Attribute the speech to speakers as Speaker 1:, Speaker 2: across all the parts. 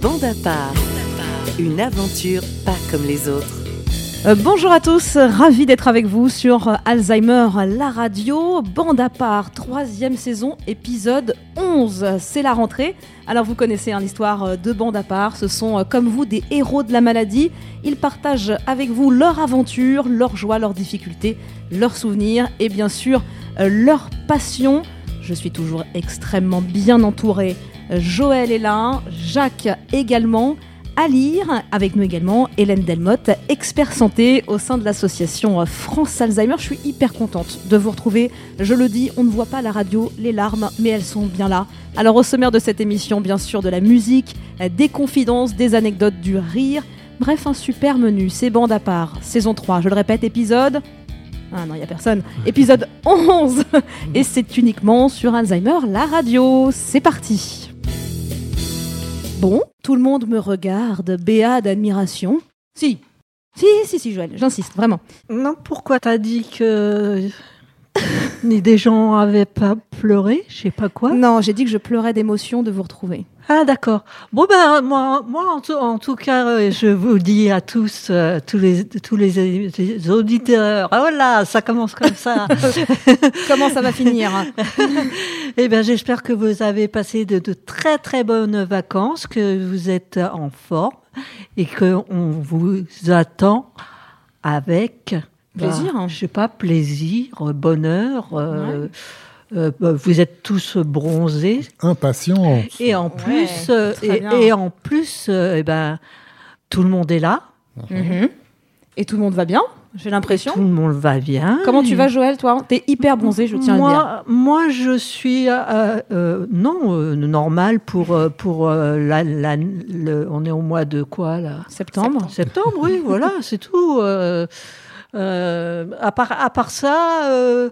Speaker 1: Bande à part. Une aventure pas comme les autres.
Speaker 2: Euh, Bonjour à tous, ravi d'être avec vous sur euh, Alzheimer, la radio, bande à part, troisième saison, épisode 11. C'est la rentrée. Alors vous connaissez hein, l'histoire euh, de bande à part, ce sont euh, comme vous des héros de la maladie. Ils partagent avec vous leur aventure, leurs joies, leurs difficultés, leurs souvenirs et bien sûr euh, leur passion. Je suis toujours extrêmement bien entourée. Euh, Joël est là, Jacques également à lire. Avec nous également Hélène Delmotte, expert santé au sein de l'association France Alzheimer. Je suis hyper contente de vous retrouver. Je le dis, on ne voit pas à la radio les larmes, mais elles sont bien là. Alors au sommaire de cette émission, bien sûr, de la musique, euh, des confidences, des anecdotes, du rire. Bref, un super menu, c'est bande à part. Saison 3, je le répète, épisode... Ah non, il n'y a personne. Épisode 11 Et c'est uniquement sur Alzheimer, la radio. C'est parti Bon, tout le monde me regarde, béat d'admiration. Si. Si, si, si, Joël, j'insiste, vraiment.
Speaker 3: Non, pourquoi t'as dit que ni des gens avaient pas pleuré, je sais pas quoi.
Speaker 2: Non, j'ai dit que je pleurais d'émotion de vous retrouver.
Speaker 3: Ah d'accord. Bon ben moi, moi en, tout, en tout cas, euh, je vous dis à tous, euh, tous les tous les, les auditeurs. Ah, voilà, ça commence comme ça.
Speaker 2: Comment ça va finir
Speaker 3: Eh bien, j'espère que vous avez passé de, de très très bonnes vacances, que vous êtes en forme et que on vous attend avec bah,
Speaker 2: Plaisir, hein.
Speaker 3: je sais pas, plaisir, bonheur. euh, euh, bah, vous êtes tous bronzés
Speaker 4: Impatient.
Speaker 3: et en plus euh,
Speaker 2: très bien.
Speaker 3: et, et en plus, euh, eh ben tout le monde est là,
Speaker 2: Mhm. Et tout le monde va bien, j'ai l'impression.
Speaker 3: tout le monde va bien.
Speaker 2: Comment tu vas, Joël, toi T'es hyper bronzé, je tiens à le dire.
Speaker 3: moi, moi, je suis euh, euh, non euh, normal pour euh, pour euh, la, la- le- on est au mois de quoi là
Speaker 2: Septembre.
Speaker 3: Septembre, oui, voilà, c'est tout. Euh, euh, à part à part ça, euh,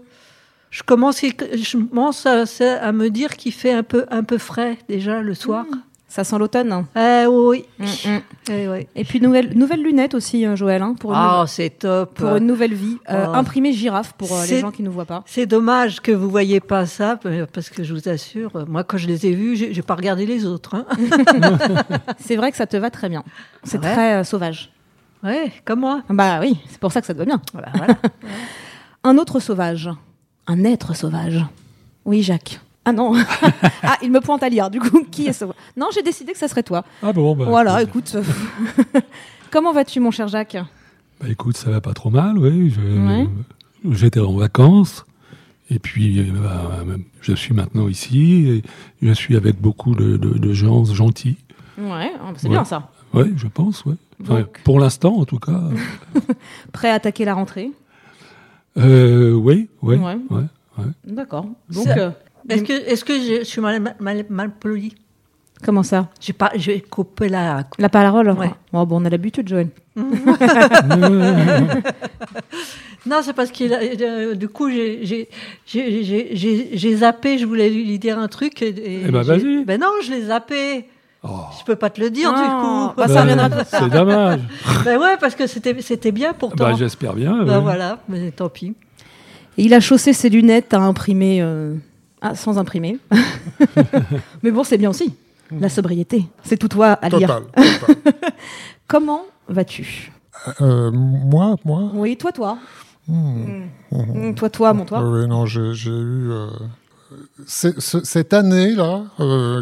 Speaker 3: je commence je commence à, à me dire qu'il fait un peu un peu frais déjà le soir.
Speaker 2: Ça sent l'automne. hein.
Speaker 3: Eh oui.
Speaker 2: Mhm.
Speaker 3: Eh oui.
Speaker 2: Et puis, nouvelle, nouvelle lunette aussi, hein, Joël, hein, pour, une,
Speaker 3: Ah, c'est top.
Speaker 2: pour une nouvelle vie. Euh,
Speaker 3: Oh.
Speaker 2: Imprimée girafe pour euh, les
Speaker 3: C'est-
Speaker 2: gens qui ne nous voient pas.
Speaker 3: C'est dommage que vous voyez pas ça, parce que je vous assure, euh, moi quand je les ai vus, j'ai j'ai pas regardé les autres. Hein.
Speaker 2: C'est vrai que ça te va très bien. C'est
Speaker 3: Ouais.
Speaker 2: très euh, sauvage.
Speaker 3: Ouais, comme moi.
Speaker 2: Bah oui, c'est pour ça que ça te va bien.
Speaker 3: Voilà, voilà.
Speaker 2: Un autre sauvage. Un être sauvage. Oui, Jacques. Ah non. ah, il me pointe à lire, du coup. Qui est sauvage Non, j'ai décidé que ça serait toi.
Speaker 4: Ah bon, bah,
Speaker 2: voilà,
Speaker 4: écoute,
Speaker 2: écoute. Comment vas-tu, mon cher Jacques
Speaker 4: bah, écoute, ça va pas trop mal, oui. je-
Speaker 2: Ouais.
Speaker 4: J'étais en vacances, et puis euh, bah, je suis maintenant ici, et je suis avec beaucoup de, de- de gens gentils.
Speaker 2: Ouais, ah, c'est
Speaker 4: Ouais.
Speaker 2: bien ça.
Speaker 4: Oui, je pense, oui. Enfin,
Speaker 2: Donc.
Speaker 4: pour l'instant, en tout cas.
Speaker 2: Prêt à attaquer la rentrée
Speaker 4: Euh, oui, oui.
Speaker 2: Ouais.
Speaker 4: ouais.
Speaker 2: D'accord. Donc,
Speaker 3: Ça-
Speaker 2: euh,
Speaker 3: Est-ce que, est-ce que je, je suis mal, mal, mal, mal polie
Speaker 2: comment ça
Speaker 3: J'ai pas, j'ai coupé la.
Speaker 2: La parole
Speaker 3: Ouais.
Speaker 2: Oh, bon, On a l'habitude, Joël.
Speaker 3: Non, c'est parce que euh, du coup j'ai, j'ai, j'ai, j'ai, j'ai, j'ai zappé. Je voulais lui lui dire un truc. Et, et
Speaker 4: Eh ben,
Speaker 3: j'ai-
Speaker 4: vas-y.
Speaker 3: Ben non, je l'ai zappé.
Speaker 4: Oh.
Speaker 3: Je peux pas te le dire
Speaker 2: Ah,
Speaker 3: du coup.
Speaker 2: bah, ça
Speaker 4: Bah,
Speaker 2: reviendra
Speaker 4: C'est dommage.
Speaker 3: ben ouais, parce que c'était, c'était bien pourtant.
Speaker 4: Bah, J'espère bien.
Speaker 3: Ben
Speaker 4: ouais.
Speaker 3: voilà, mais tant pis.
Speaker 2: Et il a chaussé ses lunettes à imprimer, euh, ah, sans imprimer. Mais bon, c'est bien aussi. La sobriété. C'est tout toi à lire.
Speaker 5: Total. total.
Speaker 2: Comment vas-tu
Speaker 5: Euh, moi, moi.
Speaker 2: Oui, toi, toi.
Speaker 5: Hmm.
Speaker 2: Mm, Toi, toi, mon toi.
Speaker 5: Ouais, non, j'ai j'ai eu euh, c'est- ce- cette année là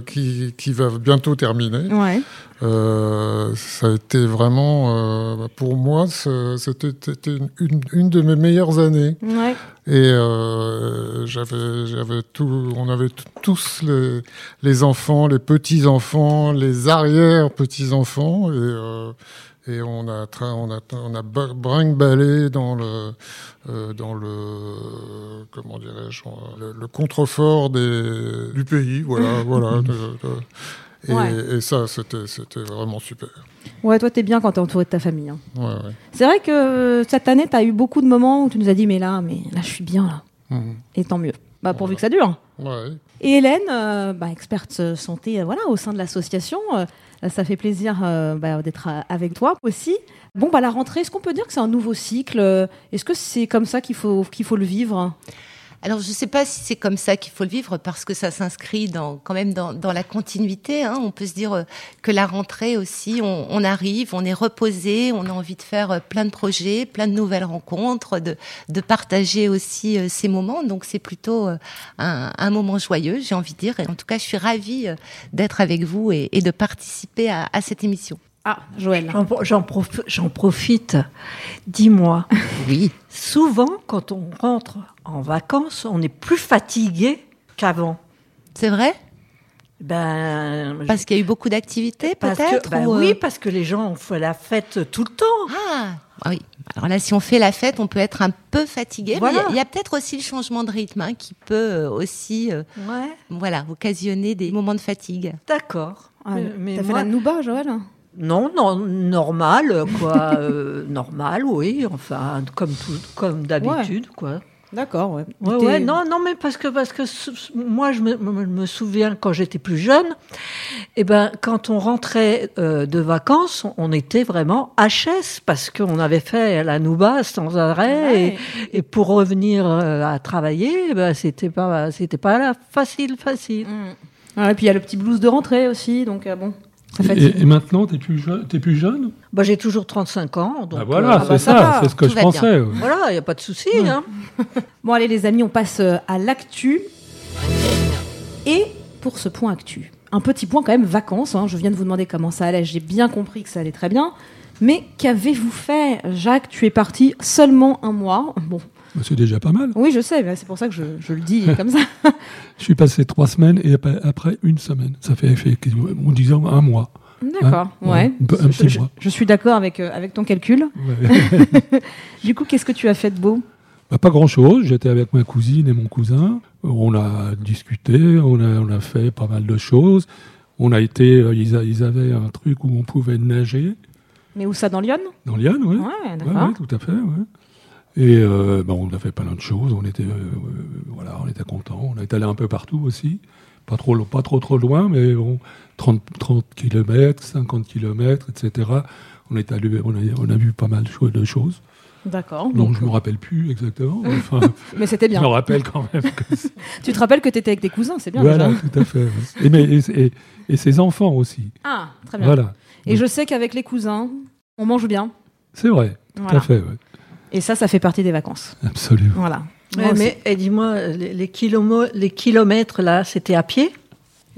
Speaker 5: qui, qui va bientôt terminer.
Speaker 2: Ouais.
Speaker 5: euh, ça a été vraiment euh, pour moi ce- c'était c'était une, une- une de mes meilleures années
Speaker 2: Ouais.
Speaker 5: et euh, j'avais j'avais tout on avait t- tous les, les enfants les petits enfants les arrière petits enfants et euh, et on a tra- on a on a br- brinque-ballé dans le euh, dans le euh, comment dirais-je euh, le, le contrefort des du pays voilà voilà de- de- et,
Speaker 2: Ouais.
Speaker 5: et ça c'était c'était vraiment super
Speaker 2: Ouais, toi, t'es bien quand t'es entouré de ta famille. hein.
Speaker 5: ouais, ouais.
Speaker 2: C'est vrai que euh, cette année, t'as eu beaucoup de moments où tu nous as dit, mais là, mais là, je suis bien, là.
Speaker 5: Mhm.
Speaker 2: Et tant mieux. Bah, pourvu que ça dure.
Speaker 5: Ouais.
Speaker 2: Et Hélène, euh, bah, experte euh, santé, euh, voilà, au sein de l'association, euh, ça fait plaisir euh, bah, d'être euh, avec toi aussi. Bon, bah la rentrée, est-ce qu'on peut dire que c'est un nouveau cycle euh, Est-ce que c'est comme ça qu'il faut qu'il faut le vivre
Speaker 6: Alors, je ne sais pas si c'est comme ça qu'il faut le vivre, parce que ça s'inscrit dans, quand même dans, dans la continuité. Hein. On peut se dire que la rentrée aussi, on, on, arrive, on est reposé, on a envie de faire euh, plein de projets, plein de nouvelles rencontres, de, de partager aussi euh, ces moments. Donc, c'est plutôt euh, un, un, moment joyeux, j'ai envie de dire. Et en tout cas, je suis ravie euh, d'être avec vous et, et de participer à, à cette émission.
Speaker 2: Ah, Joël.
Speaker 3: J'en prof, profite. Dis-moi.
Speaker 6: Oui.
Speaker 3: Souvent, quand on rentre en vacances, on est plus fatigué qu'avant.
Speaker 6: C'est vrai
Speaker 3: ben,
Speaker 6: parce qu'il y a eu beaucoup d'activités, peut-être euh,
Speaker 3: ben ou... Oui, parce que les gens ont fait la fête tout le temps.
Speaker 6: Ah, oui. Alors là, si on fait la fête, on peut être un peu fatigué. Voilà. Mais il y a, a peut-être aussi le changement de rythme hein, qui peut aussi euh, ouais. voilà, occasionner des moments de fatigue.
Speaker 3: D'accord.
Speaker 2: Ah, mais T'as fait la nouba, Joël
Speaker 3: non, non, normal, quoi. euh, normal, oui, enfin, comme, tout, comme d'habitude, ouais. quoi.
Speaker 2: D'accord, ouais.
Speaker 3: Ouais, ouais. Non, non, mais parce que, parce que moi, je me, me souviens quand j'étais plus jeune, eh ben, quand on rentrait euh, de vacances, on était vraiment HS parce qu'on avait fait la nouba sans arrêt ouais. et, et, pour revenir euh, à travailler, eh ben, c'était pas, c'était pas là, facile, facile.
Speaker 2: Mmh. et puis il y a le petit blues de rentrée aussi, donc euh, bon.
Speaker 4: Et, et, maintenant, tu es plus, jeune, es plus jeune
Speaker 2: Mm.
Speaker 3: bah, J'ai toujours 35 ans. Donc
Speaker 4: bah voilà, euh, c'est ah bah ça, ça c'est ce que Tout je pensais. Ouais.
Speaker 3: Voilà, il n'y a pas de souci.
Speaker 2: Mm.
Speaker 3: Ouais. Hein.
Speaker 2: bon, allez, les amis, on passe euh, à l'actu. Et pour ce point actu, un petit point quand même vacances. Hein. Je viens de vous demander comment ça allait. J'ai bien compris que ça allait très bien. Mais qu'avez-vous fait, Jacques Tu es parti seulement un mois. Bon.
Speaker 4: Bah, C'est déjà pas mal.
Speaker 2: Oui, je sais, c'est pour ça que je, je le dis comme ça.
Speaker 4: je suis passé trois seffects et après une semaine. Ça fait, fait on disait un mois.
Speaker 2: D'accord, hein ouais.
Speaker 4: Un, un petit
Speaker 2: je,
Speaker 4: mois.
Speaker 2: je, suis d'accord avec, euh, avec ton calcul. Ouais. du coup, qu'est-ce que tu as fait de beau
Speaker 4: bah, Pas grand-chose. J'étais avec ma cousine et mon cousin. On a discuté, on a, on a fait pas mal de choses. On a été, euh, ils, a, ils avaient un truc où on pouvait nager.
Speaker 2: Mais où ça, dans Lyon
Speaker 4: Dans Lyon, oui.
Speaker 2: Ouais, d'accord.
Speaker 4: Hmm. Ouais, tout à fait, ouais. Et euh, bah on a fait plein de choses. On était, euh, voilà, on était contents. On est allé un peu partout aussi. Pas trop, pas trop, trop loin, mais bon, 30, 30 km, 50 km, etc. On, est allé, on, a, on a vu pas mal de choses.
Speaker 2: D'accord.
Speaker 4: Donc, je ne me rappelle plus exactement. Mais, enfin,
Speaker 2: mais c'était bien.
Speaker 4: Je me rappelle quand même. Que
Speaker 2: tu te rappelles que tu étais avec des cousins, c'est bien.
Speaker 4: Voilà,
Speaker 2: déjà.
Speaker 4: tout à fait. Et, mais, et, et, et, ses enfants aussi.
Speaker 2: Ah, très bien.
Speaker 4: Voilà.
Speaker 2: Et Donc. je sais qu'avec les cousins, on mange bien.
Speaker 4: C'est vrai, tout voilà. à fait. Ouais.
Speaker 2: Et ça, ça fait partie des vacances.
Speaker 4: Absolument.
Speaker 2: Voilà.
Speaker 3: Ouais, mais et dis-moi, les, les, kilomètres, les kilomètres là, c'était à pied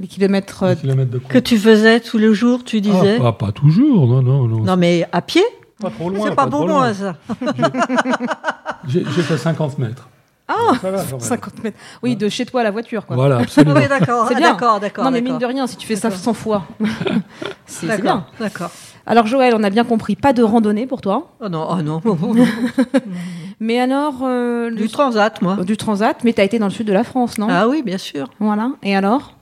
Speaker 2: les kilomètres,
Speaker 3: euh,
Speaker 4: les kilomètres de
Speaker 3: que tu faisais tous les jours, tu disais
Speaker 4: ah, pas, pas, toujours, non, non, non.
Speaker 3: Non, mais à pied
Speaker 4: Pas trop loin.
Speaker 3: C'est pas, Ah, pas, pour moi, ça.
Speaker 4: J'ai fait 50 mètres.
Speaker 2: Ah, va, 50 mètres. Oui, ouais. de chez toi à la voiture. Quoi.
Speaker 4: Voilà, absolument.
Speaker 3: oui, d'accord.
Speaker 2: C'est
Speaker 3: bien. D'accord, d'accord.
Speaker 2: Non, mais mine de rien, si tu fais ça 100 fois, c'est bien.
Speaker 3: D'accord.
Speaker 2: Alors, Joël, on a bien compris, pas de randonnée pour toi.
Speaker 3: Oh non, oh non.
Speaker 2: mais alors. Euh,
Speaker 3: du le... transat, moi.
Speaker 2: Du transat, mais tu as été dans le sud de la France, non
Speaker 3: Ah oui, bien sûr.
Speaker 2: Voilà. Et alors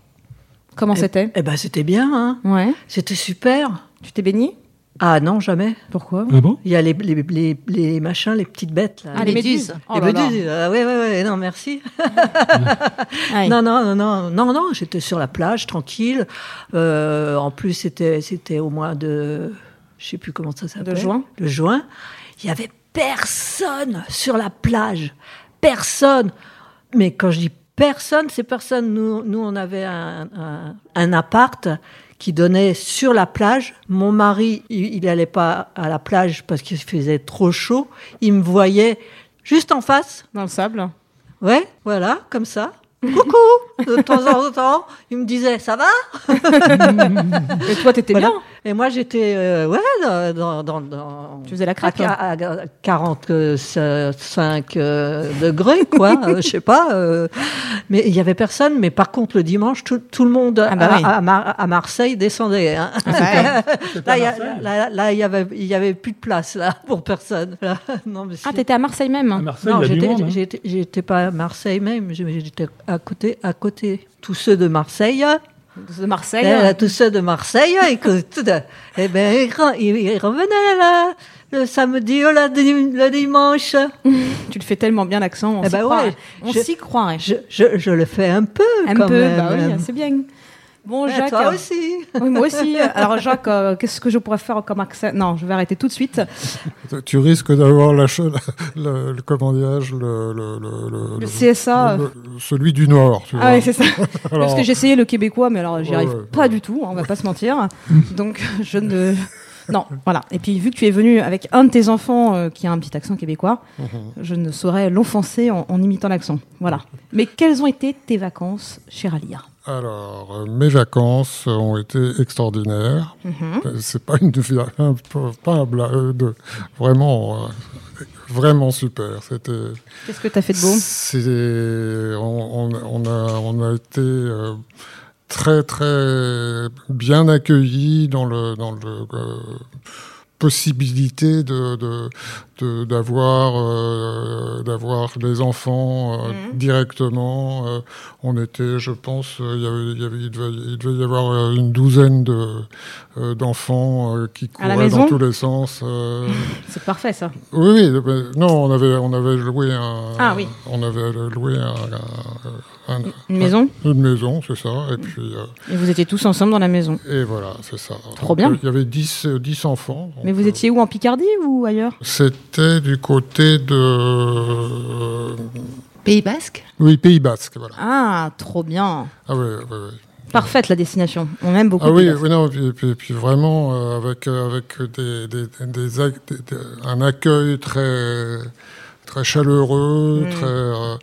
Speaker 2: Comment c'était
Speaker 3: Eh ben, c'était bien. Hein.
Speaker 2: Ouais.
Speaker 3: C'était super.
Speaker 2: Tu t'es baigné
Speaker 3: ah non, jamais.
Speaker 2: Pourquoi
Speaker 4: ah bon
Speaker 3: Il y a les, les, les, les, machins, les petites bêtes. Là.
Speaker 2: Ah, les, méduses.
Speaker 3: Oh les méduses, euh, oui, oui, oui, non, merci.
Speaker 2: Ah
Speaker 3: non, non, non, non, non, non, j'étais sur la plage, tranquille. Euh, en plus, c'était au mois de. Je sais plus comment ça s'appelle.
Speaker 2: De juin.
Speaker 3: De juin. Il y avait personne sur la plage. Personne. Mais quand je dis personne, c'est personne. Nous, nous, on avait un, un, un appart qui donnait sur la plage. Mon mari, il n'allait pas à la plage parce qu'il faisait trop chaud. Il me voyait juste en face.
Speaker 2: Dans le sable.
Speaker 3: Ouais, voilà, comme ça. Coucou De temps en temps, il me disait ça va
Speaker 2: Et toi, t'étais voilà. bien
Speaker 3: Et moi, j'étais euh, ouais dans, dans, dans,
Speaker 2: Tu faisais la craque
Speaker 3: à, à, à 45 euh, degrés, quoi. euh, je sais pas. mais il y avait personne. Mais par contre, le dimanche, tout, tout le monde ah bah oui. à, Mar à, Marseille descendait. Hein. Ah, là, il y avait il y avait plus de place là pour personne. Là.
Speaker 2: Non, mais ah, t'étais à Marseille même.
Speaker 4: À Marseille, non,
Speaker 3: j'étais j'étais pas à Marseille même. J'étais à côté, à côté. Tous ceux de Marseille.
Speaker 2: De Marseille. hein. Là,
Speaker 3: tous ceux de Marseille. et que, tout, et ben, ils, ils, revenaient là, le samedi ou le, dimanche.
Speaker 2: tu le fais tellement bien l'accent, on
Speaker 3: Eh bah
Speaker 2: s'y ben croit. Ouais, on s'y croit.
Speaker 3: Je, je, je, le fais un peu.
Speaker 2: Un
Speaker 3: quand
Speaker 2: peu,
Speaker 3: même.
Speaker 2: Bah oui, c'est bien. Bon,
Speaker 3: Et
Speaker 2: Jacques.
Speaker 3: toi aussi.
Speaker 2: Oui, moi aussi. Alors, Jacques, euh, qu'est-ce que je pourrais faire comme accent Non, je vais arrêter tout de suite.
Speaker 5: Tu- Tu risques d'avoir la, ch- le, le- comment dirais-je, le, le, le, le-
Speaker 2: Le E CSA.
Speaker 5: le- le- celui du Nord. tu
Speaker 2: Ah
Speaker 5: vois.
Speaker 2: oui, c'est ça. Parce
Speaker 5: Alors,
Speaker 2: que j'ai essayé le québécois, mais alors j'y
Speaker 5: Ouais,
Speaker 2: arrive
Speaker 5: ouais,
Speaker 2: pas du tout, hein, on va pas se mentir. Donc je ne. Non, voilà. Et puis vu que tu es venu avec un de tes enfants euh, qui a un petit accent québécois,
Speaker 5: Mhm.
Speaker 2: je ne saurais l'offenser en, en imitant l'accent. Voilà. Mais quelles ont été tes vacances, cher Alia
Speaker 5: Alors, euh, mes vacances ont été extraordinaires.
Speaker 2: Mhm.
Speaker 5: Euh, C'est pas une vi- un- pas un blague de vraiment euh, vraiment super. C'était
Speaker 2: Qu'est-ce que tu as fait de beau
Speaker 5: c'est- on, on- on a, on a été euh, très très bien accueillis dans le dans le euh, possibilité de de- de- d'avoir euh, d'avoir les enfants euh,
Speaker 2: Mhm.
Speaker 5: directement. Euh, on était, je pense, euh, il y avait, il y avait- il devait, il devait y avoir euh, une douzaine de euh, d'enfants euh, qui
Speaker 2: À la
Speaker 5: couraient dans
Speaker 2: maison
Speaker 5: tous les sens. euh,
Speaker 2: C'est parfait ça.
Speaker 5: oui, oui, euh, ben, non, on avait, on avait loué un,
Speaker 2: Ah oui.
Speaker 5: on avait loué un- un- un-
Speaker 2: Une maison
Speaker 5: une maison, c'est ça, et puis euh,
Speaker 2: Et vous étiez tous ensemble dans la maison.
Speaker 5: et voilà, c'est ça.
Speaker 2: Trop
Speaker 5: Donc,
Speaker 2: bien.
Speaker 5: euh, Il y avait 10, euh, 10 enfants. donc,
Speaker 2: Mais vous
Speaker 5: euh,
Speaker 2: étiez où En Picardie ou ailleurs
Speaker 5: C'était du côté de, euh,
Speaker 6: Pays Basque
Speaker 5: oui, Pays Basque, voilà.
Speaker 2: Ah, trop bien.
Speaker 5: Ah oui, oui, oui.
Speaker 2: Parfaite la destination. On aime beaucoup.
Speaker 5: Ah oui,
Speaker 2: Pigalle.
Speaker 5: oui, non, et puis, et puis- et puis vraiment euh, avec euh, avec des, des, des ac- des- des- un accueil très très chaleureux,
Speaker 2: Mm.
Speaker 5: très euh,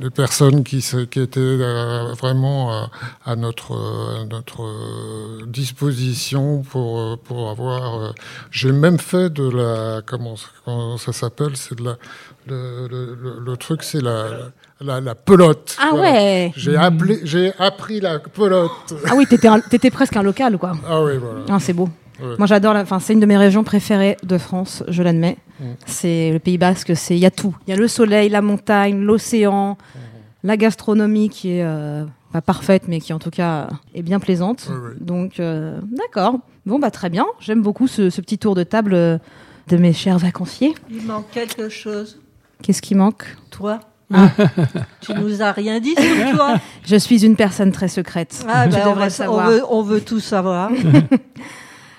Speaker 5: des personnes qui se- qui étaient euh, vraiment euh, à notre euh, à notre euh, disposition pour euh, pour avoir. euh, J'ai même fait de la comment, ça- comment ça s'appelle, c'est de la le, le- le- le truc, c'est la la, la pelote.
Speaker 2: Ah
Speaker 5: Voilà.
Speaker 2: ouais
Speaker 5: J'ai appelé, j'ai appris la pelote.
Speaker 2: Ah oui, t'étais un- t'étais presque un local quoi.
Speaker 5: Ah oui, voilà.
Speaker 2: Ah, c'est beau.
Speaker 5: Ouais.
Speaker 2: Moi, j'adore. la- Enfin, c'est une de mes régions préférées de France, je l'admets. C'est le Pays Basque. C'est il y a tout. Il y a le soleil, la montagne, l'océan, la gastronomie qui est euh, pas parfaite, mais qui en tout cas est bien plaisante.
Speaker 5: Ouais, ouais.
Speaker 2: Donc, euh, d'accord. Bon, bah très bien. J'aime beaucoup ce, ce petit tour de table euh, de mes chers vacanciers.
Speaker 3: Il manque quelque chose.
Speaker 2: Qu'est-ce qui manque
Speaker 3: Toi
Speaker 2: Ah.
Speaker 3: Hein? Tu nous as rien dit sur toi
Speaker 2: Je suis une personne très secrète.
Speaker 3: Ah,
Speaker 2: Tu
Speaker 3: ben, on,
Speaker 2: devrais
Speaker 3: va-
Speaker 2: savoir.
Speaker 3: on veut, on veut tout savoir.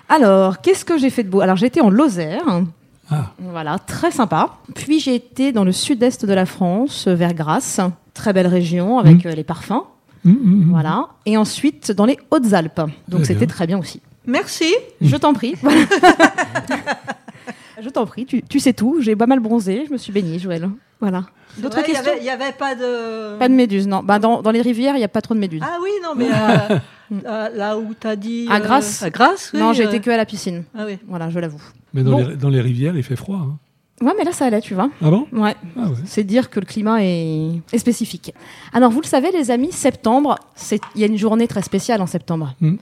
Speaker 2: Alors, qu'est-ce que j'ai fait de beau Alors, j'étais en Lozère.
Speaker 4: Ah.
Speaker 2: Voilà, très sympa. Puis j'ai été dans le sud-est de la France, euh, vers Grasse, très belle région
Speaker 4: Hmm.
Speaker 2: avec euh, les parfums.
Speaker 4: Hum, hum, hum.
Speaker 2: Voilà. Et ensuite dans les Hautes-Alpes. Donc
Speaker 4: Très
Speaker 2: c'était
Speaker 4: bien. Hmm.
Speaker 2: très bien aussi.
Speaker 3: Merci.
Speaker 2: Je t'en prie. je t'en prie, tu, tu sais tout. J'ai pas mal bronzé, je me suis baignée, Joël. Voilà. D'autres
Speaker 3: Ouais, il y
Speaker 2: questions
Speaker 3: avait- Il n'y avait, pas de.
Speaker 2: Pas de méduses, non. Bah, dans, dans les rivières, il n'y a pas trop de méduses.
Speaker 3: Ah oui, non, mais euh, euh, là où tu as dit.
Speaker 2: À
Speaker 3: euh,
Speaker 2: Grasse.
Speaker 3: À Grasse, oui.
Speaker 2: non, j'ai
Speaker 3: euh,
Speaker 2: été que à la piscine.
Speaker 3: Ah oui.
Speaker 2: Voilà, je l'avoue.
Speaker 4: Mais dans,
Speaker 2: Bon.
Speaker 4: les, dans les rivières, il fait froid. hein.
Speaker 2: Ouais, mais là, ça allait, tu vois.
Speaker 4: Ah bon
Speaker 2: Ouais.
Speaker 4: Ah ouais.
Speaker 2: C'est dire que le climat est, est spécifique. Alors, vous le savez, les amis, septembre, c'est- il y a une journée très spéciale en septembre.
Speaker 4: Mm.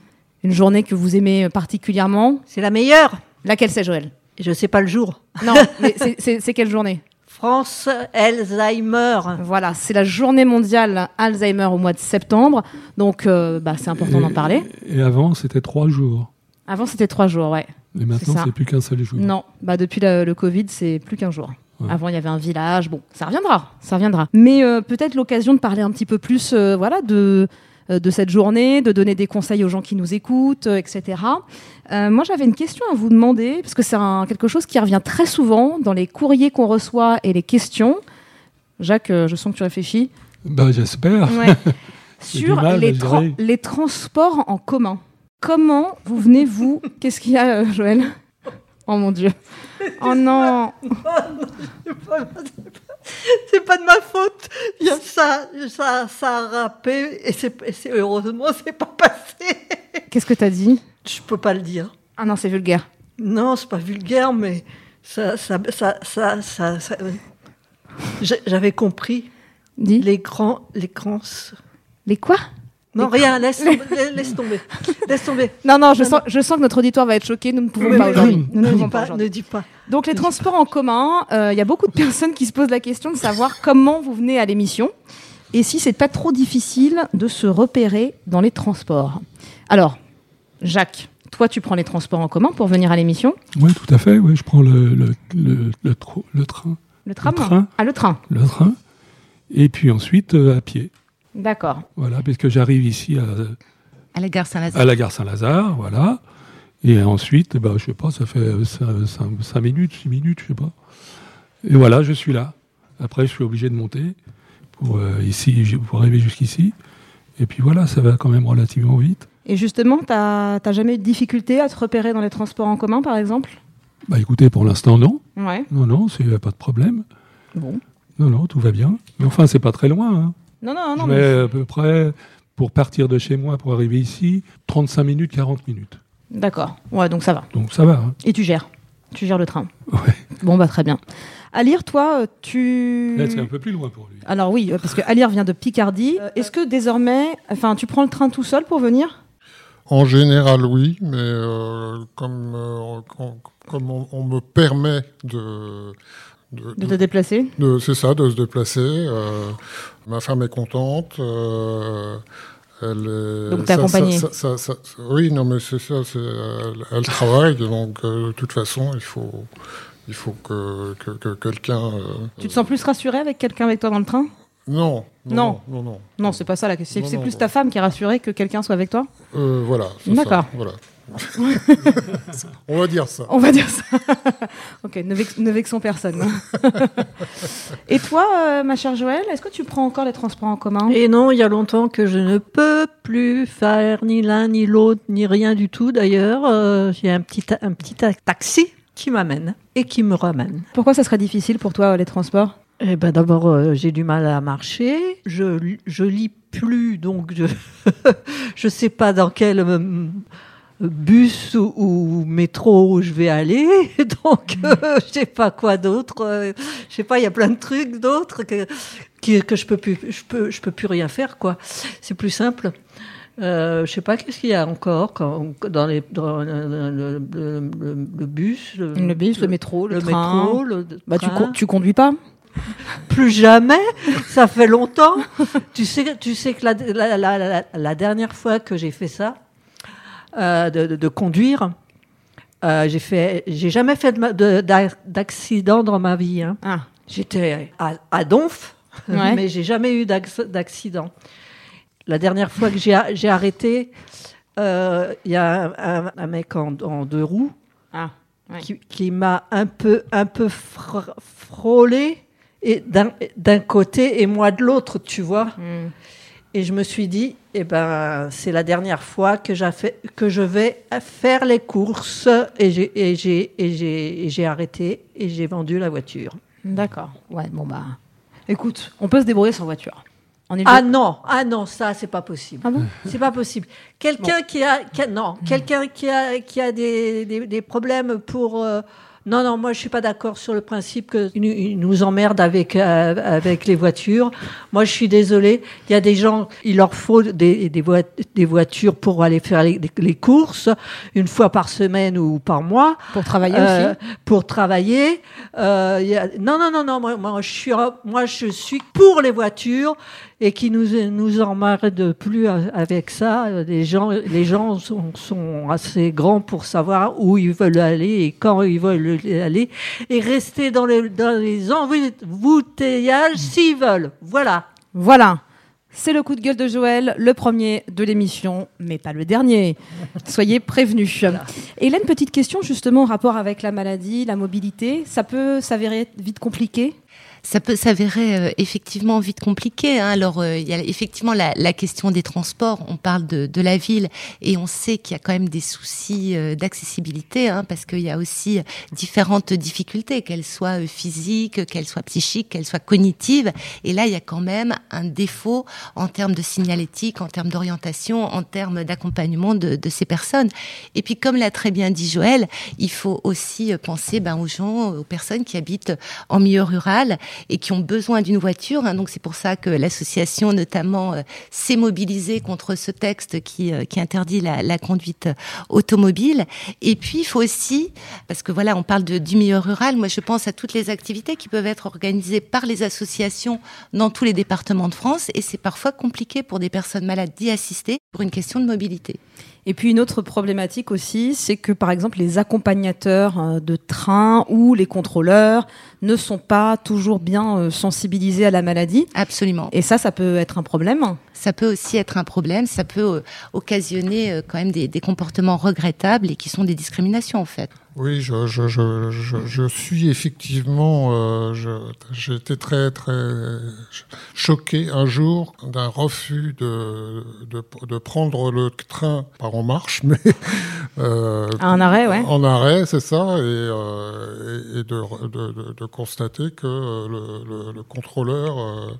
Speaker 2: Une journée que vous aimez euh, particulièrement.
Speaker 3: C'est la meilleure.
Speaker 2: Laquelle c'est, Joël
Speaker 3: Je sais pas le jour.
Speaker 2: Non, mais c'est- c'est c'est quelle journée
Speaker 3: France Alzheimer.
Speaker 2: Voilà, c'est la journée mondiale Alzheimer au mois de septembre. Donc, euh, bah, c'est important d'en
Speaker 4: Et-
Speaker 2: parler.
Speaker 4: Et avant, c'était trois jours.
Speaker 2: Avant, c'était trois jours, ouais.
Speaker 4: Et maintenant,
Speaker 2: ça.
Speaker 4: c'est plus qu'un seul jour.
Speaker 2: Non, bah depuis le, le Covid, c'est plus qu'un jour.
Speaker 4: Ouais.
Speaker 2: Avant, il y avait un village. Bon, ça reviendra, ça reviendra. Mais euh, peut-être l'occasion de parler un petit peu plus, euh, voilà, de euh, de cette journée, de donner des conseils aux gens qui nous écoutent, euh, etc. Euh, moi, j'avais une question à vous demander, parce que c'est un- quelque chose qui revient très souvent dans les courriers qu'on reçoit et les questions. Jacques, euh, je sens que tu réfléchis.
Speaker 4: Bah, j'espère.
Speaker 2: Ouais.
Speaker 4: du
Speaker 2: Sur
Speaker 4: mal,
Speaker 2: les,
Speaker 4: je
Speaker 2: tra-
Speaker 4: dirais.
Speaker 2: les transports en commun. Comment vous venez-vous Qu'est-ce qu'il y a, euh, Joël Oh mon Dieu. Oh non
Speaker 3: C'est pas de ma faute. Il y a ça, ça, ça a râpé et, c'est, et c'est- heureusement, c'est pas passé.
Speaker 2: Qu'est-ce que t'as dit
Speaker 3: Je peux pas le dire.
Speaker 2: Ah non, c'est vulgaire.
Speaker 3: Non, c'est pas vulgaire, mais ça, ça, ça, ça, ça- ça- euh, j'ai- j'avais compris.
Speaker 2: Dis. Les,
Speaker 3: Les grands, les grands.
Speaker 2: quoi
Speaker 3: Non, rien. Laisse, tomber, laisse tomber. Laisse tomber.
Speaker 2: Non, non, je
Speaker 3: Non,
Speaker 2: sens, je sens que notre auditoire va être choqué. Nous ne pouvons pas
Speaker 3: Mais-
Speaker 2: aujourd'hui. Nous ne
Speaker 3: Ne
Speaker 2: pouvons
Speaker 3: dis
Speaker 2: pas
Speaker 3: pas,
Speaker 2: aujourd'hui.
Speaker 3: ne dis pas.
Speaker 2: Donc les transports en commun, euh, il y a beaucoup de personnes qui se posent la question de savoir comment vous venez à l'émission et si c'est pas trop difficile de se repérer dans les transports. Alors, Jacques, toi tu prends les transports en commun pour venir à l'émission
Speaker 4: Oui, tout à fait. Ouais, je prends le, le, le, le tro- le train.
Speaker 2: Le tram
Speaker 4: train.
Speaker 2: Ah, le train.
Speaker 4: Le train. Et puis ensuite, euh, à pied.
Speaker 2: D'accord.
Speaker 4: Voilà, parce que j'arrive ici à,
Speaker 6: À la gare Saint-Lazare.
Speaker 4: à la gare Saint-Lazare, voilà. Et ensuite, bah, je sais pas, ça fait 5, minutes, 6 minutes, je sais pas. Et voilà, je suis là. Après, je suis obligé de monter pour, euh, ici, j- pour arriver jusqu'ici. Et puis voilà, ça va quand même relativement vite.
Speaker 2: Et justement, t'as t'as jamais eu de difficulté à te repérer dans les transports en commun, par exemple
Speaker 4: Bah écoutez, pour l'instant, non.
Speaker 2: Ouais.
Speaker 4: Non, non, c'est euh, pas de problème.
Speaker 2: Bon.
Speaker 4: Non, non, tout va bien. Mais enfin, c'est pas très loin. hein.
Speaker 2: Non, non,
Speaker 4: Je
Speaker 2: non.
Speaker 4: mets
Speaker 2: mais-
Speaker 4: à peu près, pour partir de chez moi, pour arriver ici, 35 minutes, 40 minutes.
Speaker 2: D'accord. Ouais, donc ça va.
Speaker 4: Donc ça va. hein.
Speaker 2: Et tu gères. Tu gères le train.
Speaker 4: Ouais.
Speaker 2: Bon, bah très bien. Alire, toi, euh, tu.
Speaker 4: Là, c'est un peu plus loin pour lui.
Speaker 2: Alors oui, euh, parce que Alire vient de Picardie. Euh, Est-ce que désormais, enfin, tu prends le train tout seul pour venir
Speaker 5: En général, oui, mais euh, comme, euh, on- comme on, on me permet de... de-
Speaker 2: De te déplacer
Speaker 5: de- c'est ça, de se déplacer. euh, ma femme est contente. euh, elle est,
Speaker 2: Donc, t'es
Speaker 5: ça- ça-
Speaker 2: accompagnée.
Speaker 5: ça- ça- ça- Oui, non, mais c'est ça. c'est, euh, elle, elle travaille, donc euh, de toute façon, il faut, il faut que, que, que quelqu'un. euh,
Speaker 2: Tu te sens plus rassuré avec quelqu'un avec toi dans le train
Speaker 5: Non.
Speaker 2: Non.
Speaker 5: Non, non.
Speaker 2: Non, c'est pas ça la question.
Speaker 5: Non,
Speaker 2: C'est
Speaker 5: non,
Speaker 2: plus
Speaker 5: non.
Speaker 2: ta femme qui est rassurée que quelqu'un soit avec toi
Speaker 5: Euh, voilà. c'est
Speaker 2: D'accord.
Speaker 5: ça, Voilà. On va dire ça.
Speaker 2: On va dire ça. ok, ne, vex- ne vexons personne. Et toi, euh, ma chère Joël, est-ce que tu prends encore les transports en commun
Speaker 3: Et non, il y a longtemps que je ne peux plus faire ni l'un ni l'autre, ni rien du tout d'ailleurs. Euh, J'ai un petit, ta- un petit ta- taxi qui m'amène et qui me ramène.
Speaker 2: Pourquoi ça serait difficile pour toi, euh, les transports
Speaker 3: Eh ben d'abord, euh, j'ai du mal à marcher. Je, li- je lis plus, donc je je sais pas dans quel euh, bus ou, ou métro je vais aller. Donc
Speaker 2: Mm.
Speaker 3: euh, je sais pas quoi d'autre. euh, je sais pas, il y a plein de trucs d'autres que qui- que je peux plus, je peux je peux plus rien faire quoi. C'est plus simple. Euh, je sais pas qu'est-ce qu'il y a encore quand, dans les dans le, le- le- le- le bus, le,
Speaker 2: Le bus, le métro, le,
Speaker 3: le
Speaker 2: train
Speaker 3: métro, le
Speaker 2: Bah, tu,
Speaker 3: train
Speaker 2: con- tu conduis pas
Speaker 3: plus jamais. Ça fait longtemps. tu sais, tu sais que la, la- la- la- la dernière fois que j'ai fait ça, euh, de, de- de conduire, euh, j'ai fait, j'ai jamais fait de ma- de- d'a- d'accident dans ma vie. hein.
Speaker 2: Ah,
Speaker 3: J'étais à, à Donf,
Speaker 2: Ouais.
Speaker 3: mais j'ai jamais eu d'acc- d'accident. La dernière fois que j'ai a- j'ai arrêté, euh, il y a un, un- un mec en- en deux roues
Speaker 2: ah. Ouais.
Speaker 3: qui, qui m'a un peu, un peu fra- frôlé et d'un d'un côté et moi de l'autre, tu vois.
Speaker 2: Hmm.
Speaker 3: Et je me suis dit, eh ben, c'est la dernière fois que, j'a fait- que je vais faire les courses. Et j'ai- et j'ai- et j'ai et j'ai arrêté et j'ai vendu la voiture.
Speaker 2: D'accord. Ouais, bon bah. Écoute, on peut se débrouiller sans voiture. On est
Speaker 3: Ah non, ah non, ça, c'est pas possible.
Speaker 2: Ah bon
Speaker 3: C'est pas possible. Quelqu'un qui a, qui a- non, quelqu'un qui a, qui a des, des, des problèmes pour. euh, non, non, moi je suis pas d'accord sur le principe qu'ils nous emmerdent avec, euh, avec les voitures. Moi je suis désolée. Il y a des gens, il leur faut des, des, voi- des voitures pour aller faire les, les courses une fois par semaine ou par mois.
Speaker 2: pour travailler
Speaker 3: Euh,
Speaker 2: aussi.
Speaker 3: pour travailler. Euh, il y a- Non, non, non, non. Moi, moi, je suis, moi, je suis pour les voitures et qui nous nous emmerde plus a- avec ça. Euh, Les gens, les gens sont, sont assez grands pour savoir où ils veulent aller et quand ils veulent aller et rester dans les dans les embouteillages s'ils veulent. Voilà.
Speaker 2: Voilà. C'est le coup de gueule de Joël, le premier de l'émission, mais pas le dernier. Soyez prévenus. Hélène, petite question justement en rapport avec la maladie, la mobilité. Ça peut s'avérer vite compliqué
Speaker 6: Ça peut s'avérer euh, effectivement vite compliqué. hein. Alors, euh, il y a effectivement la, la question des transports. On parle de, de la ville et on sait qu'il y a quand même des soucis euh, d'accessibilité hein, parce qu'il y a aussi différentes difficultés, qu'elles soient euh, physiques, qu'elles soient psychiques, qu'elles soient cognitives. Et là, il y a quand même un défaut en termes de signalétique, en termes d'orientation, en termes d'accompagnement de, de ces personnes. Et puis, comme l'a très bien dit Joël, il faut aussi euh, penser ben, aux gens, aux personnes qui habitent en milieu rural et qui ont besoin d'une voiture. hein. donc c'est pour ça que l'association notamment euh, s'est mobilisée contre ce texte qui, euh, qui interdit la, la conduite euh, automobile. Et puis il faut aussi, parce que voilà, on parle de, du milieu rural, moi je pense à toutes les activités qui peuvent être organisées par les associations dans tous les départements de France et c'est parfois compliqué pour des personnes malades d'y assister pour une question de mobilité.
Speaker 2: Et puis une autre problématique aussi, c'est que par exemple les accompagnateurs euh, de train ou les contrôleurs ne sont pas toujours bien euh, sensibilisés à la maladie.
Speaker 6: Absolument.
Speaker 2: Et ça, ça peut être un problème. hein.
Speaker 6: Ça peut aussi être un problème. Ça peut euh, occasionner euh, quand même des, des comportements regrettables et qui sont des discriminations en fait.
Speaker 5: Oui, je, je, je, je suis effectivement, euh, j'ai été très très choqué un jour d'un refus de, de, de, prendre le train, pas en marche, mais
Speaker 2: euh, en arrêt, ouais.
Speaker 5: En arrêt, c'est ça, et, euh, et, et de, de, de, constater que euh, le, le, le contrôleur euh,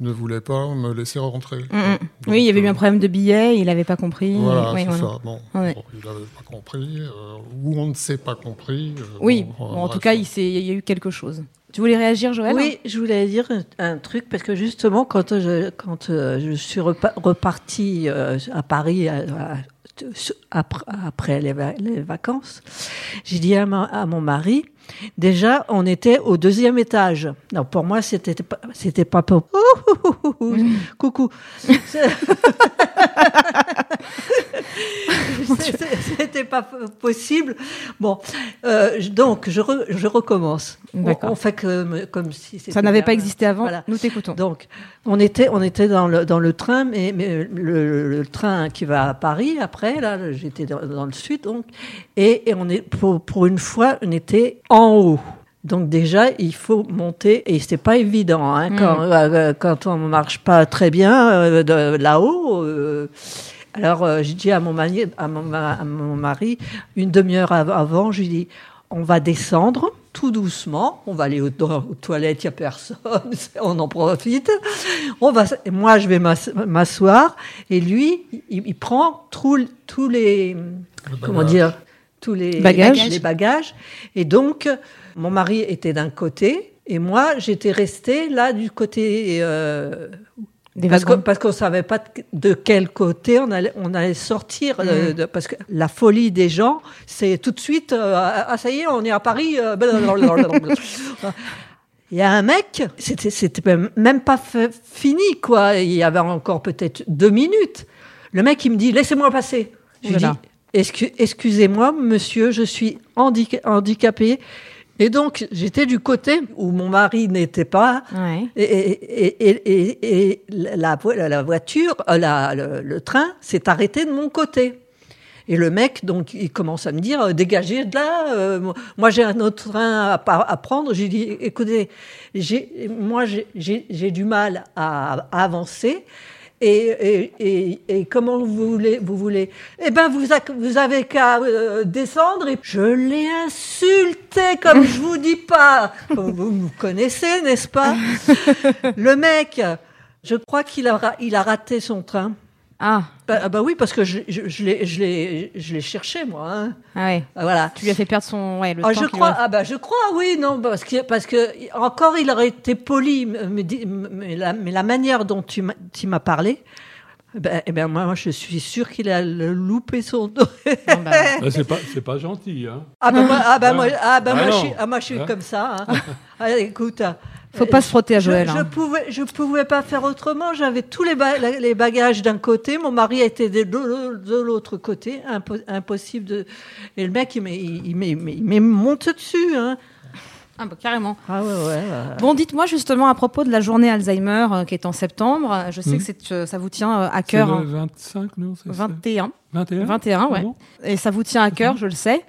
Speaker 5: ne voulait pas me laisser rentrer. Mmh.
Speaker 2: Donc, Mm, oui, il y avait eu un problème de billet, il n'avait pas compris.
Speaker 5: Voilà,
Speaker 2: oui,
Speaker 5: c'est voilà. ça. Bon, ouais. bon, il n'avait pas compris, euh, ou on ne sait pas compris. euh,
Speaker 2: oui, bon, en bref. tout cas, il, il, y a eu quelque chose. Tu voulais réagir, Joël hein
Speaker 3: Oui, je voulais dire un truc, parce que justement, quand euh, je, quand je suis repartie euh, à Paris après les vacances, j'ai dit à, mon mari, déjà, on était au deuxième étage. Non, pour moi, c'était pas, c'était pas pour... Ouh, mmh. Coucou. C'était pas possible. Bon, euh, donc je, re, je recommence. On, on, fait que, comme si
Speaker 2: ça n'avait pas existé avant. euh, Voilà. Nous t'écoutons.
Speaker 3: Donc on était on était dans le dans le train, mais, mais le, le, train qui va à Paris après là, j'étais dans, dans, le sud donc et, et, on est pour pour une fois on était en haut. Donc déjà, il faut monter et c'est pas évident hein, mmh. quand euh, quand on marche pas très bien euh, là-haut. Alors, euh, j'ai dit à mon, mari, à mon, à mon mari une demi-heure avant, je lui dis, on va descendre tout doucement, on va aller aux, aux toilettes, il n'y a personne, on en profite. On va, moi, je vais m'asseoir et lui, il, il prend tout, tous les, le comment dire, tous les
Speaker 2: bagages.
Speaker 3: les bagages. Et donc, mon mari était d'un côté et moi, j'étais restée là du côté. Euh, parce, que, parce qu'on ne savait pas de quel côté on allait, on allait sortir. Mmh. Euh, de, parce que la folie des gens, c'est tout de suite euh, Ah, ça y est, on est à Paris. Euh, Il y a un mec, c'était même pas fait, fini, quoi. Il y avait encore peut-être deux minutes. Le mec, il me dit Laissez-moi passer. Je voilà. dis Excusez-moi, monsieur, je suis handic handicapé. Et donc, j'étais du côté où mon mari n'était pas. Ouais. Et, et, et, et, la, la voiture, euh, la, le, le, train s'est arrêté de mon côté. Et le mec, donc, il commence à me dire euh, Dégagez de là, euh, moi j'ai un autre train à, à prendre. J'ai dit Écoutez, moi j'ai du mal à, à avancer. Et, et, et, et, comment vous voulez, vous voulez Eh ben, vous, a, vous avez qu'à euh, descendre. Et je l'ai insulté comme je vous dis pas. Vous me connaissez, n'est-ce pas Le mec, je crois qu'il a, il a raté son train.
Speaker 2: Ah.
Speaker 3: Bah, bah, oui, parce que je, je, je l'ai cherché, moi. Hein.
Speaker 2: Ah ouais.
Speaker 3: Voilà.
Speaker 2: Tu lui as fait perdre son. Ouais, le
Speaker 3: ah,
Speaker 2: temps
Speaker 3: je crois, ah bah, je crois, oui, non, parce que, parce que encore il aurait été poli, mais, mais, la, mais la, manière dont tu m'as parlé. Ben, eh ben moi, moi, je suis sûre qu'il a loupé son dos.
Speaker 2: Ah.
Speaker 4: ben, c'est pas, pas gentil. Hein.
Speaker 3: Ah ben moi, ah ben, moi, ah
Speaker 2: Bah
Speaker 3: ben, ah moi, je suis, ah, moi, je suis comme ça. Hein. Allez, écoute. euh,
Speaker 2: Faut pas se frotter à Joël. hein.
Speaker 3: Je, je, pouvais, je pouvais pas faire autrement. J'avais tous les, ba les bagages d'un côté, mon mari était de, l'autre côté, Impo impossible de. Et le mec, il me il, il, il monte dessus. Hein.
Speaker 2: Ah bah, carrément.
Speaker 3: Ah ouais, ouais, ouais.
Speaker 2: Bon, dites-moi justement à propos de la journée Alzheimer euh, qui est en septembre. Je sais mmh. que euh, ça vous tient euh, à cœur.
Speaker 4: Hein. Le 25, non
Speaker 2: 21.
Speaker 4: 21
Speaker 2: 21, ouais. Bon. Et ça vous tient à cœur,
Speaker 4: Mhm.
Speaker 2: je le sais.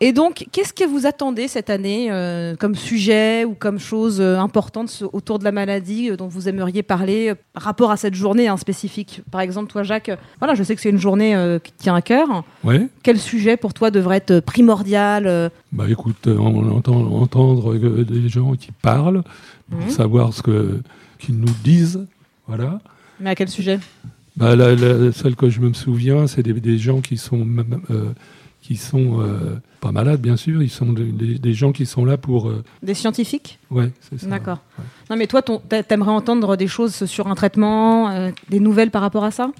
Speaker 2: Et donc, qu'est-ce que vous attendez cette année euh, comme sujet ou comme chose euh, importante autour de la maladie euh, dont vous aimeriez parler euh, rapport à cette journée hein, spécifique Par exemple, toi, Jacques, euh, voilà, je sais que c'est une journée euh, qui te tient à cœur.
Speaker 4: Ouais.
Speaker 2: Quel sujet pour toi devrait être euh, primordial euh?
Speaker 4: Bah écoute, on entend entendre euh, des gens qui parlent, pour
Speaker 2: Mhm.
Speaker 4: mmh. savoir ce que qu'ils nous disent, voilà.
Speaker 2: Mais à quel sujet
Speaker 4: bah, la, la, Celle que je me souviens, c'est des, des, gens qui sont euh, qui sont euh, pas malades, bien sûr. Ils sont des, des gens qui sont là pour euh...
Speaker 2: des scientifiques.
Speaker 4: Ouais, c'est ça.
Speaker 2: D'accord.
Speaker 4: Ouais.
Speaker 2: Non, euh, mais toi, t'aimerais entendre des choses sur un traitement, des nouvelles par rapport à ça